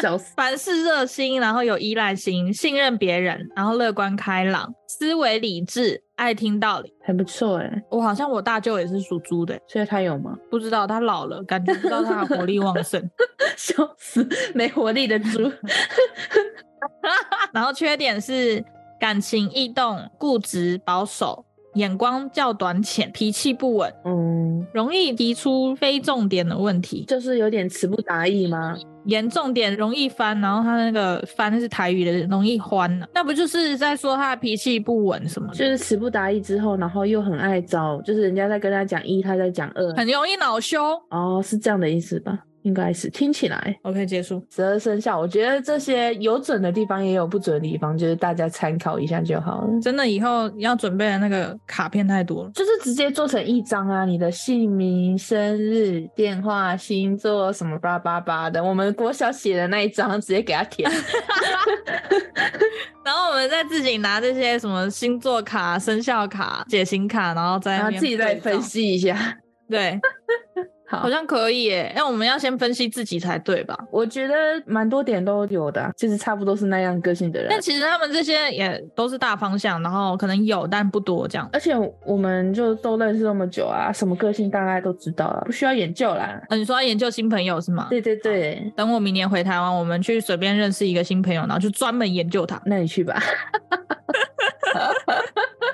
[SPEAKER 3] 笑死。
[SPEAKER 1] 凡事热心，然后有依赖心，信任别人，然后乐观开朗，思维理智，爱听道理。
[SPEAKER 3] 还不错哎、
[SPEAKER 1] 我好像我大舅也是属猪的，
[SPEAKER 3] 所以他有吗？
[SPEAKER 1] 不知道他老了，感觉不到他的活力旺盛。
[SPEAKER 3] 笑死，没活力的猪。
[SPEAKER 1] 然后缺点是感情易动、固执保守、眼光较短浅、脾气不稳，
[SPEAKER 3] 嗯，
[SPEAKER 1] 容易提出非重点的问题，
[SPEAKER 3] 就是有点词不达意吗？
[SPEAKER 1] 严重点容易翻，然后他那个翻是台语的，容易欢呢、那不就是在说他的脾气不稳什么的？
[SPEAKER 3] 就是词不达意之后，然后又很爱找，就是人家在跟他讲一，他在讲二，
[SPEAKER 1] 很容易恼羞。
[SPEAKER 3] 哦，是这样的意思吧？应该是听起来
[SPEAKER 1] OK，结束。
[SPEAKER 3] 十二生肖，我觉得这些有准的地方，也有不准的地方，就是大家参考一下就好了。
[SPEAKER 1] 真的，以后要准备的那个卡片太多了。
[SPEAKER 3] 就是直接做成一张啊，你的姓名、生日、电话、星座什么叭叭叭的，我们国小写的那一张直接给他 填。
[SPEAKER 1] 然后我们再自己拿这些什么星座卡、生肖卡、解型卡，然后啊再
[SPEAKER 3] 然
[SPEAKER 1] 那
[SPEAKER 3] 后
[SPEAKER 1] 边
[SPEAKER 3] 自己
[SPEAKER 1] 对
[SPEAKER 3] 再
[SPEAKER 1] 照
[SPEAKER 3] 分。析一下。
[SPEAKER 1] 对，
[SPEAKER 3] 好
[SPEAKER 1] 好，像可以耶。哎那我们要先分析自己才对吧？
[SPEAKER 3] 我觉得蛮多点都有的啊，就是差不多是那样个性的人
[SPEAKER 1] 但。其实他们这些也都是大方向，然后可能有但不多这样。
[SPEAKER 3] 而且我们就都认识那么久啊，什么个性大概都知道啊了，不需要研究啦。
[SPEAKER 1] 呃、你说要研究新朋友是吗？
[SPEAKER 3] 对对对，
[SPEAKER 1] 等我明年回台湾，我们去随便认识一个新朋友，然后就专门研究他。
[SPEAKER 3] 那你去吧。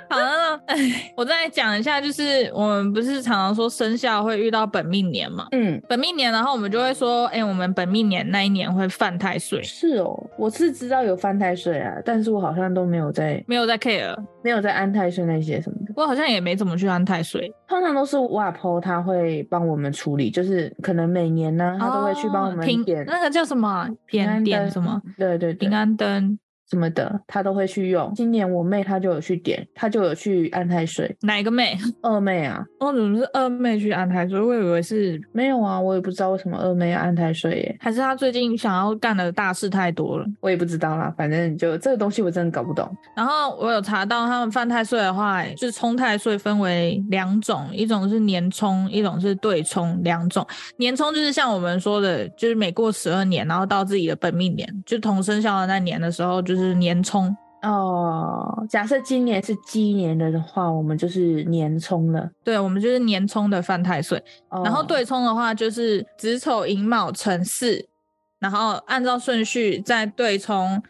[SPEAKER 1] 好了，哎，我再讲一下，就是我们不是常常说生肖会遇到本命年嘛？
[SPEAKER 3] 嗯，
[SPEAKER 1] 本命年，然后我们就会说，哎、我们本命年那一年会犯太岁，
[SPEAKER 3] 是哦，我是知道有犯太岁啊，但是我好像都没有在
[SPEAKER 1] 没有在 care，
[SPEAKER 3] 没有在安太岁那些什么的。
[SPEAKER 1] 我好像也没怎么去安太岁。
[SPEAKER 3] 通常都是瓦婆他会帮我们处理，就是可能每年呢，他都会去帮我们
[SPEAKER 1] 哦平
[SPEAKER 3] 点、
[SPEAKER 1] 那个叫什么啊
[SPEAKER 3] 平
[SPEAKER 1] 点
[SPEAKER 3] 安
[SPEAKER 1] 点
[SPEAKER 3] 灯
[SPEAKER 1] 什么
[SPEAKER 3] 对对对
[SPEAKER 1] 平安灯，
[SPEAKER 3] 什么的，他都会去用。今年我妹她就有去点，她就有去安太岁。
[SPEAKER 1] 哪一个妹？
[SPEAKER 3] 二妹啊，
[SPEAKER 1] 哦，怎么是二妹去安太岁？我以为是
[SPEAKER 3] 没有啊，我也不知道为什么二妹要安太岁耶，
[SPEAKER 1] 还是她最近想要干的大事太多了。
[SPEAKER 3] 我也不知道啦。反正就这个东西我真的搞不懂。
[SPEAKER 1] 然后我有查到，他们犯太岁的话，就是冲太岁分为两种，一种是年冲，一种是对冲，两种。年冲就是像我们说的，就是每过十二年，然后到自己的本命年，就同生肖的那年的时候，就是年冲。
[SPEAKER 3] 哦，假设今年是鸡年的话，我们就是年冲了。
[SPEAKER 1] 对，我们就是年冲的犯太岁。
[SPEAKER 3] 哦
[SPEAKER 1] 然后对冲的话，就是子丑寅卯辰巳，然后按照顺序再对冲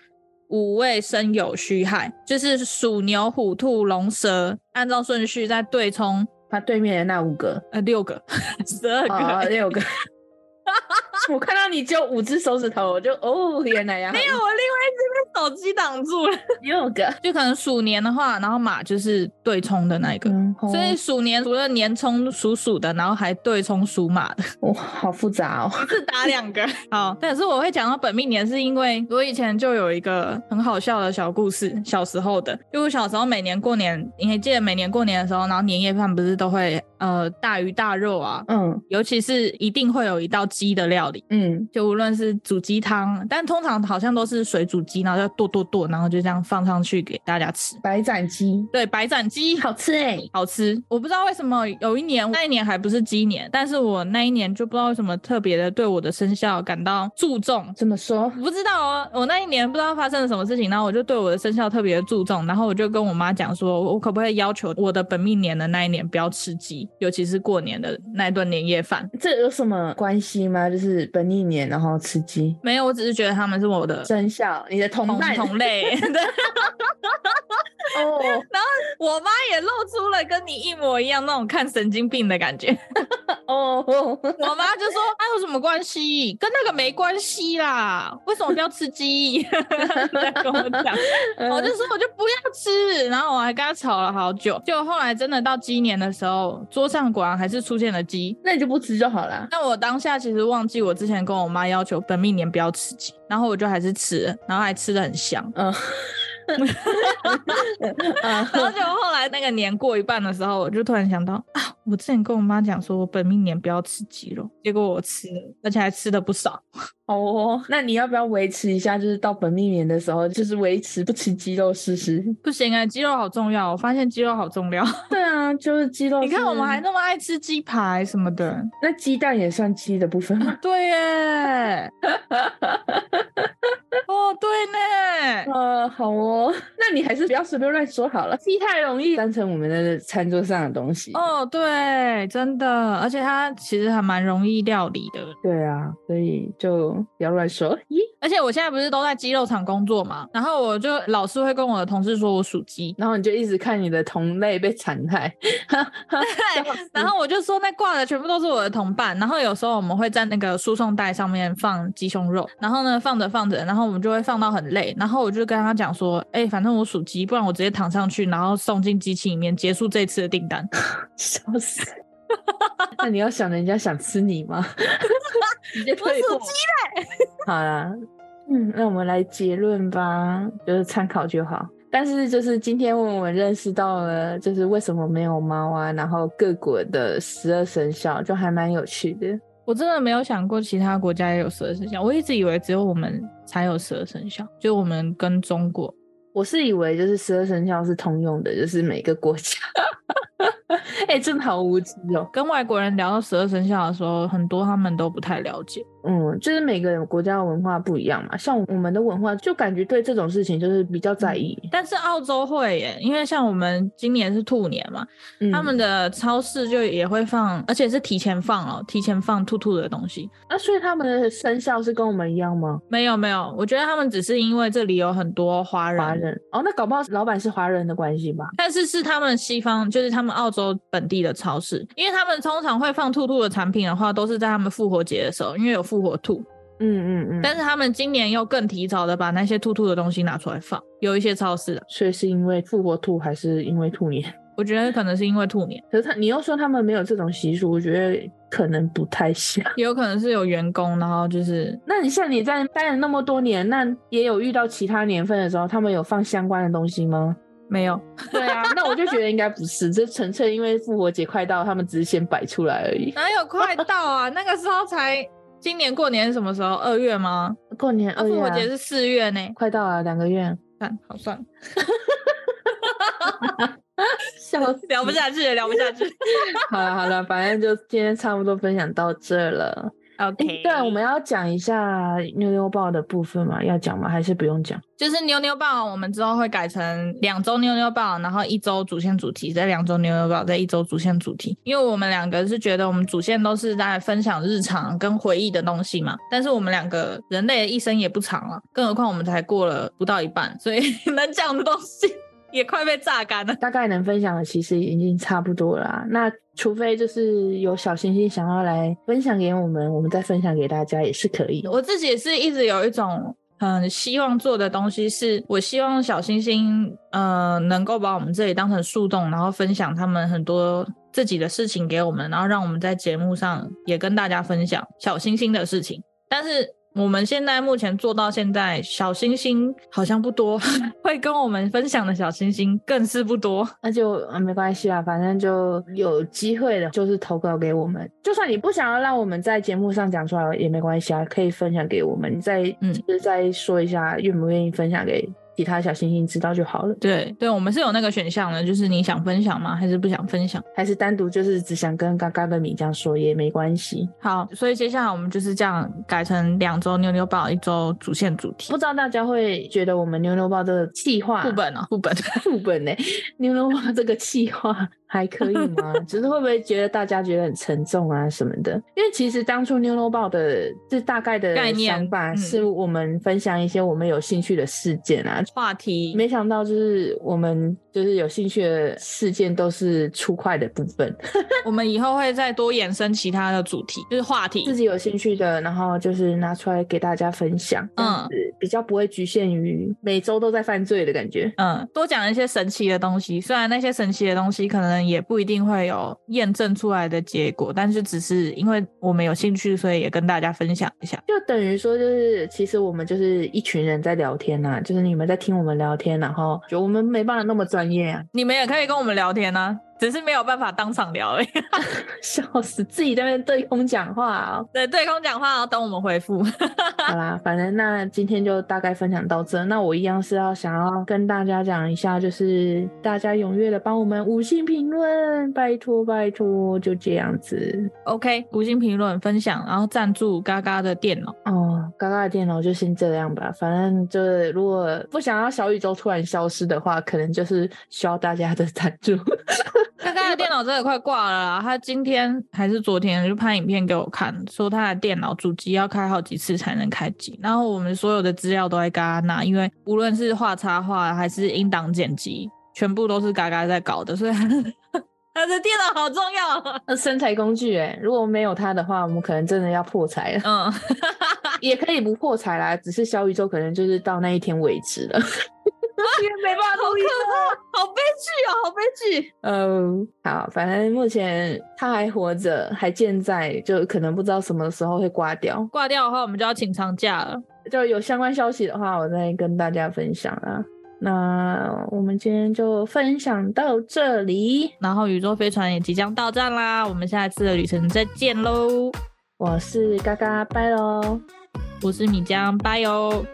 [SPEAKER 1] 五位申酉戌亥，就是鼠牛虎兔龙蛇，按照顺序再对冲
[SPEAKER 3] 他对面的那五个，
[SPEAKER 1] 呃，六个， 十二
[SPEAKER 3] 哦，
[SPEAKER 1] 个。
[SPEAKER 3] 六个。我看到你只有五只手指头，我就哦，原来呀，
[SPEAKER 1] 没有，我另外一只被手机挡住了。
[SPEAKER 3] 六个。
[SPEAKER 1] 就可能鼠年的话，然后马就是对冲的那一个，所以鼠年除了年冲属鼠的，然后还对冲属马的，
[SPEAKER 3] 哇，好复杂哦。
[SPEAKER 1] 是打两个。 好，但是我会讲到本命年，是因为我以前就有一个很好笑的小故事，小时候的，就我小时候每年过年，你还记得每年过年的时候，然后年夜饭不是都会呃大鱼大肉啊，
[SPEAKER 3] 嗯
[SPEAKER 1] 尤其是一定会有一道鸡的料理。
[SPEAKER 3] 嗯，
[SPEAKER 1] 就无论是煮鸡汤，但通常好像都是水煮鸡，然后要剁剁剁，然后就这样放上去给大家吃。
[SPEAKER 3] 白斩鸡
[SPEAKER 1] 对，白斩鸡
[SPEAKER 3] 好吃哎、欸，
[SPEAKER 1] 好吃。我不知道为什么有一年，那一年还不是鸡年，但是我那一年就不知道为什么特别的对我的生肖感到注重。
[SPEAKER 3] 怎么说？
[SPEAKER 1] 我不知道哦，我那一年不知道发生了什么事情，然后我就对我的生肖特别注重，然后我就跟我妈讲说，我我可不可以要求我的本命年的那一年不要吃鸡，尤其是过年的那一顿年夜饭。
[SPEAKER 3] 这有什么关系吗？就是本命年，然后吃鸡，
[SPEAKER 1] 没有，我只是觉得他们是我的
[SPEAKER 3] 生肖，你的同
[SPEAKER 1] 同
[SPEAKER 3] 伴
[SPEAKER 1] 同 类，对。
[SPEAKER 3] 哦，
[SPEAKER 1] 我妈也露出了跟你一模一样那种看神经病的感觉。
[SPEAKER 3] 哦，
[SPEAKER 1] 我妈就说：“啊，有什么关系？跟那个没关系啦，为什么不要吃鸡？” 在跟我讲，
[SPEAKER 3] 哦
[SPEAKER 1] 我就说我就不要吃，然后我还跟她吵了好久。就后来真的到鸡年的时候，桌上果然还是出现了鸡。
[SPEAKER 3] 那你就不吃就好啦。
[SPEAKER 1] 但我当下其实忘记我之前跟我妈要求本命年不要吃鸡，然后我就还是吃了，然后还吃的很香。
[SPEAKER 3] 嗯，嗯
[SPEAKER 1] 然后就后来那个年过一半的时候，我就突然想到啊，我之前跟我妈讲说，我本命年不要吃鸡肉，结果我吃了，而且还吃的不少。
[SPEAKER 3] 好哦，那你要不要维持一下？就是到本命年的时候，就是维持不吃鸡肉试试。
[SPEAKER 1] 不行哎、鸡肉好重要，我发现鸡肉好重要。
[SPEAKER 3] 对啊，就是鸡肉 是。
[SPEAKER 1] 你看我们还那么爱吃鸡排什么的，
[SPEAKER 3] 那鸡蛋也算鸡的部分吗？
[SPEAKER 1] 对耶，哦对呢，
[SPEAKER 3] 呃，好哦，那你还是不要随便乱说好了，鸡太容易当成我们的餐桌上的东西。
[SPEAKER 1] 哦对，真的，而且它其实还蛮容易料理的。
[SPEAKER 3] 对啊，所以就哦，不要乱说。咦，
[SPEAKER 1] 而且我现在不是都在鸡肉厂工作嘛，然后我就老是会跟我的同事说我属鸡，
[SPEAKER 3] 然后你就一直看你的同类被残 害，
[SPEAKER 1] 对，然后我就说那挂的全部都是我的同伴，然后有时候我们会在那个输送带上面放鸡胸肉，然后呢放着放着，然后我们就会放到很累，然后我就跟他讲说，哎、反正我属鸡，不然我直接躺上去，然后送进机器里面，结束这次的订单。
[SPEAKER 3] 笑死。 那你要想人家想吃 你吗？ 直接退
[SPEAKER 1] 我
[SPEAKER 3] 货
[SPEAKER 1] 属鸡。
[SPEAKER 3] 好啦，嗯，那我们来结论吧，就是参考就好。但是就是今天我们认识到了，就是为什么没有猫啊，然后各国的十二生肖就还蛮有趣的。
[SPEAKER 1] 我真的没有想过其他国家也有十二生肖，我一直以为只有我们才有十二生肖，就我们跟中国。
[SPEAKER 3] 我是以为就是十二生肖是通用的，就是每个国家。 哎、真的好无知哦。
[SPEAKER 1] 跟外国人聊到十二生肖的时候，很多他们都不太了解。
[SPEAKER 3] 嗯，就是每个国家的文化不一样嘛。像我们的文化，就感觉对这种事情就是比较在意。
[SPEAKER 1] 但是澳洲会耶，因为像我们今年是兔年嘛，
[SPEAKER 3] 嗯
[SPEAKER 1] 他们的超市就也会放，而且是提前放哦，提前放兔兔的东西。
[SPEAKER 3] 啊，所以他们的生肖是跟我们一样吗？
[SPEAKER 1] 没有没有，我觉得他们只是因为这里有很多华人，
[SPEAKER 3] 华人哦，那搞不好老板是华人的关系吧？
[SPEAKER 1] 但是是他们西方，就是他们澳洲本地的超市，因为他们通常会放兔兔的产品的话，都是在他们复活节的时候，因为有复活兔。
[SPEAKER 3] 嗯嗯嗯。
[SPEAKER 1] 但是他们今年又更提早的把那些兔兔的东西拿出来放，有一些超市啊，
[SPEAKER 3] 所以是因为复活兔还是因为兔年？
[SPEAKER 1] 我觉得可能是因为兔年，
[SPEAKER 3] 可是他你又说他们没有这种习俗，我觉得可能不太像。
[SPEAKER 1] 也有可能是有员工，然后就是
[SPEAKER 3] 那你像你在待了那么多年，那也有遇到其他年份的时候，他们有放相关的东西吗？
[SPEAKER 1] 没有。
[SPEAKER 3] 对啊，那我就觉得应该不是，这纯粹因为复活节快到，他们只是先摆出来而已。
[SPEAKER 1] 哪有快到啊？那个时候才今年过年是什么时候？二月吗？
[SPEAKER 3] 过年
[SPEAKER 1] 啊，
[SPEAKER 3] 二月、
[SPEAKER 1] 复
[SPEAKER 3] 啊
[SPEAKER 1] 活节是四月呢。
[SPEAKER 3] 快到了，两个月，
[SPEAKER 1] 算好算了，
[SPEAKER 3] 笑死
[SPEAKER 1] 聊不下去了，聊不下去。
[SPEAKER 3] 好了好了，反正就今天差不多分享到这了。诶
[SPEAKER 1] OK，
[SPEAKER 3] 对，啊我们要讲一下妞妞报的部分嘛，要讲吗？还是不用讲？
[SPEAKER 1] 就是妞妞报，我们之后会改成两周妞妞报，然后一周主线主题，再两周妞妞报，再一周主线主题。因为我们两个是觉得我们主线都是在分享日常跟回忆的东西嘛，但是我们两个人类的一生也不长了，更何况我们才过了不到一半，所以 能讲的东西也快被榨干了。
[SPEAKER 3] 大概能分享的其实已经差不多了啊、那除非就是有小星星想要来分享给我们，我们再分享给大家也是可以。哦
[SPEAKER 1] 我自己也是一直有一种很希望做的东西是，我希望小星星呃能够把我们这里当成树洞，然后分享他们很多自己的事情给我们，然后让我们在节目上也跟大家分享小星星的事情。但是我们现在目前做到现在，小星星好像不多， 会跟我们分享的小星星更是不多。
[SPEAKER 3] 那就、呃没关系啦，反正就有机会的，就是投稿给我们。就算你不想要让我们在节目上讲出来也没关系啊，可以分享给我们。你再
[SPEAKER 1] 嗯
[SPEAKER 3] 就是再说一下愿不愿意分享给其他小星星知道就好了，
[SPEAKER 1] 对对，我们是有那个选项的，就是你想分享吗？还是不想分享？
[SPEAKER 3] 还是单独就是只想跟嘎嘎跟米酱说也没关系。
[SPEAKER 1] 好，所以接下来我们就是这样改成两周妞妞报，一周主线主题
[SPEAKER 3] 不。知道大家会觉得我们牛牛报这个计划
[SPEAKER 1] 副本啊，副本，
[SPEAKER 3] 副本呢、 牛牛蛙这个计划还可以吗？只是会不会觉得大家觉得很沉重啊什么的？因为其实当初牛牛报的这大概的
[SPEAKER 1] 概念
[SPEAKER 3] 想法
[SPEAKER 1] 嗯
[SPEAKER 3] 是我们分享一些我们有兴趣的事件啊。
[SPEAKER 1] 话题
[SPEAKER 3] 没想到，就是我们就是有兴趣的事件都是粗快的部分，
[SPEAKER 1] 我们以后会再多延伸其他的主题，就是话题
[SPEAKER 3] 自。己有兴趣的，然后就是拿出来给大家分享，这样
[SPEAKER 1] 嗯
[SPEAKER 3] 子比较不会局限于每周都在犯罪的感觉。
[SPEAKER 1] 嗯，多讲一些神奇的东西，虽然那些神奇的东西可能也不一定会有验证出来的结果，但是只是因为我们有兴趣，所以也跟大家分享一下。
[SPEAKER 3] 就等于说，就是其实我们就是一群人在聊天呐、就是你们在听我们聊天，然后就我们没办法那么专业啊，
[SPEAKER 1] 你们也可以跟我们聊天呢、 只是没有办法当场聊而已。。
[SPEAKER 3] 笑死，自己在那边对空讲话、哦
[SPEAKER 1] 对，对空讲话哦，等我们回复。
[SPEAKER 3] 好啦，反正那今天就大概分享到这。那我一样是要想要跟大家讲一下，就是大家踊跃的帮我们五星评论，拜托拜托，就这样子
[SPEAKER 1] OK，五星评论、分享，然后赞助嘎嘎的电脑。
[SPEAKER 3] 哦。嘎嘎的电脑就先这样吧，反正就是如果不想要小宇宙突然消失的话，可能就是需要大家的赞助。
[SPEAKER 1] 刚盖的电脑真的快挂了啦，他今天还是昨天就拍影片给我看，说他的电脑主机要开好几次才能开机，然后我们所有的资料都在嘎嘎那，因为无论是画插画还是音档剪辑，全部都是嘎嘎在搞的，所以他的电脑好重要啊。
[SPEAKER 3] 那身材工具哎、如果没有它的话，我们可能真的要破财了。
[SPEAKER 1] 嗯，
[SPEAKER 3] 也可以不破财啦，只是小宇宙可能就是到那一天为止了。
[SPEAKER 1] 没办法，好啊可怕，好悲剧哦，好悲剧。呃
[SPEAKER 3] 嗯，好，反正目前他还活着，还健在，就可能不知道什么时候会挂掉。
[SPEAKER 1] 挂掉的话，我们就要请长假了。
[SPEAKER 3] 就有相关消息的话，我再跟大家分享啦。那我们今天就分享到这里，
[SPEAKER 1] 然后宇宙飞船也即将到站啦，我们下一次的旅程再见喽！
[SPEAKER 3] 我是嘎嘎，拜喽，
[SPEAKER 1] 我是米江，拜哦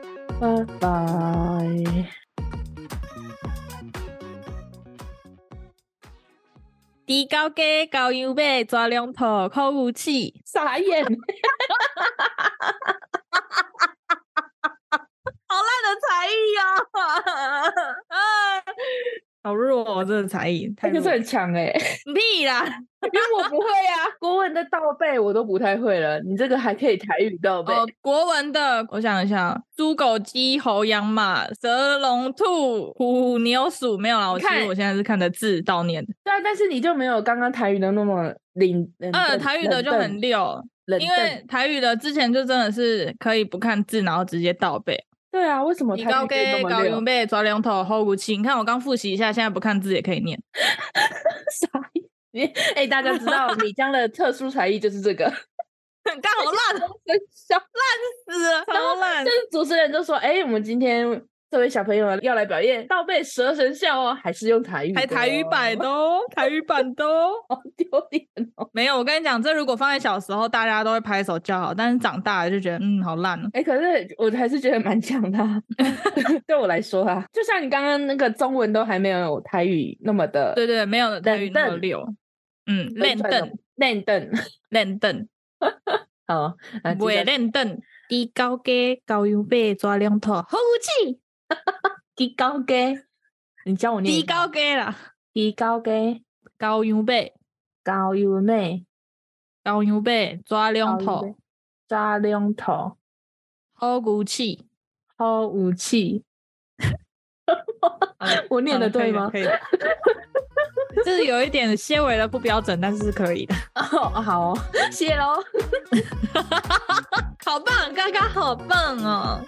[SPEAKER 1] 哟。
[SPEAKER 3] 拜拜。
[SPEAKER 1] 低高鸡高羊背，抓两头靠武器。
[SPEAKER 3] 傻眼，
[SPEAKER 1] 好烂的才 艺哦！啊，好弱哦，这个才艺太
[SPEAKER 3] 这
[SPEAKER 1] 弱
[SPEAKER 3] 个是
[SPEAKER 1] 了
[SPEAKER 3] 很强哎、
[SPEAKER 1] 屁啦！
[SPEAKER 3] 因为我不会啊，国文的倒背我都不太会了，你这个还可以台语倒背。
[SPEAKER 1] 哦，国文的，我想一下，猪、狗、鸡、猴、羊、马、蛇、龙、兔、虎、牛、鼠，没有啦。我其
[SPEAKER 3] 看
[SPEAKER 1] 实我现在是看着字悼念的。
[SPEAKER 3] 对啊，但是你就没有刚刚台语的那么领，
[SPEAKER 1] 嗯，台语的就很
[SPEAKER 3] 溜，
[SPEAKER 1] 溜，
[SPEAKER 3] 冷
[SPEAKER 1] 因
[SPEAKER 3] 淡
[SPEAKER 1] 为台语的之前就真的是可以不看字，然后直接倒背。
[SPEAKER 3] 对啊，为什么
[SPEAKER 1] 你
[SPEAKER 3] 台
[SPEAKER 1] 高
[SPEAKER 3] 语可以
[SPEAKER 1] 给
[SPEAKER 3] 那
[SPEAKER 1] 高
[SPEAKER 3] 么溜
[SPEAKER 1] 永？背抓两头后骨气，你看我刚复习一下，现在不看字也可以念。
[SPEAKER 3] 傻眼！哎、大家知道米江的特殊才艺就是这个，
[SPEAKER 1] 干好烂，啊
[SPEAKER 3] 真笑。
[SPEAKER 1] 死了，超烂
[SPEAKER 3] 就。是主持人就说：“哎、我们今天这位小朋友要来表演倒背蛇神笑哦，还是用台语、
[SPEAKER 1] 还台语版的
[SPEAKER 3] 的哦，
[SPEAKER 1] 哦，台语版的哦，
[SPEAKER 3] 好丢脸哦。
[SPEAKER 1] 没有。我跟你讲，这如果放在小时候，大家都会拍手叫好，但是长大了就觉得，嗯，好烂哦。
[SPEAKER 3] 哎、可是我还是觉得蛮强的啊、 对我来说啊，就像你刚刚那个中文都还没有台语那么的
[SPEAKER 1] 对对，没有台语那么
[SPEAKER 3] 凳
[SPEAKER 1] 溜。嗯，练凳，
[SPEAKER 3] 练凳。
[SPEAKER 1] 练凳，
[SPEAKER 3] 好，那记
[SPEAKER 1] 袂
[SPEAKER 3] 得
[SPEAKER 1] 练凳。低高给高羊背抓两头后骨气，
[SPEAKER 3] 低高给，你教我念
[SPEAKER 1] 低
[SPEAKER 3] 一遍
[SPEAKER 1] 高给啦，
[SPEAKER 3] 低高给
[SPEAKER 1] 高羊背，
[SPEAKER 3] 高油妹
[SPEAKER 1] 高羊背抓两头
[SPEAKER 3] 抓两头
[SPEAKER 1] 后骨 气。
[SPEAKER 3] 好武器。 我念的对吗？
[SPEAKER 1] 嗯可以的， 就是有一点些微的不标准，但是是可以的。
[SPEAKER 3] 哦，好哦，谢喽。
[SPEAKER 1] 好棒，刚刚好棒哦！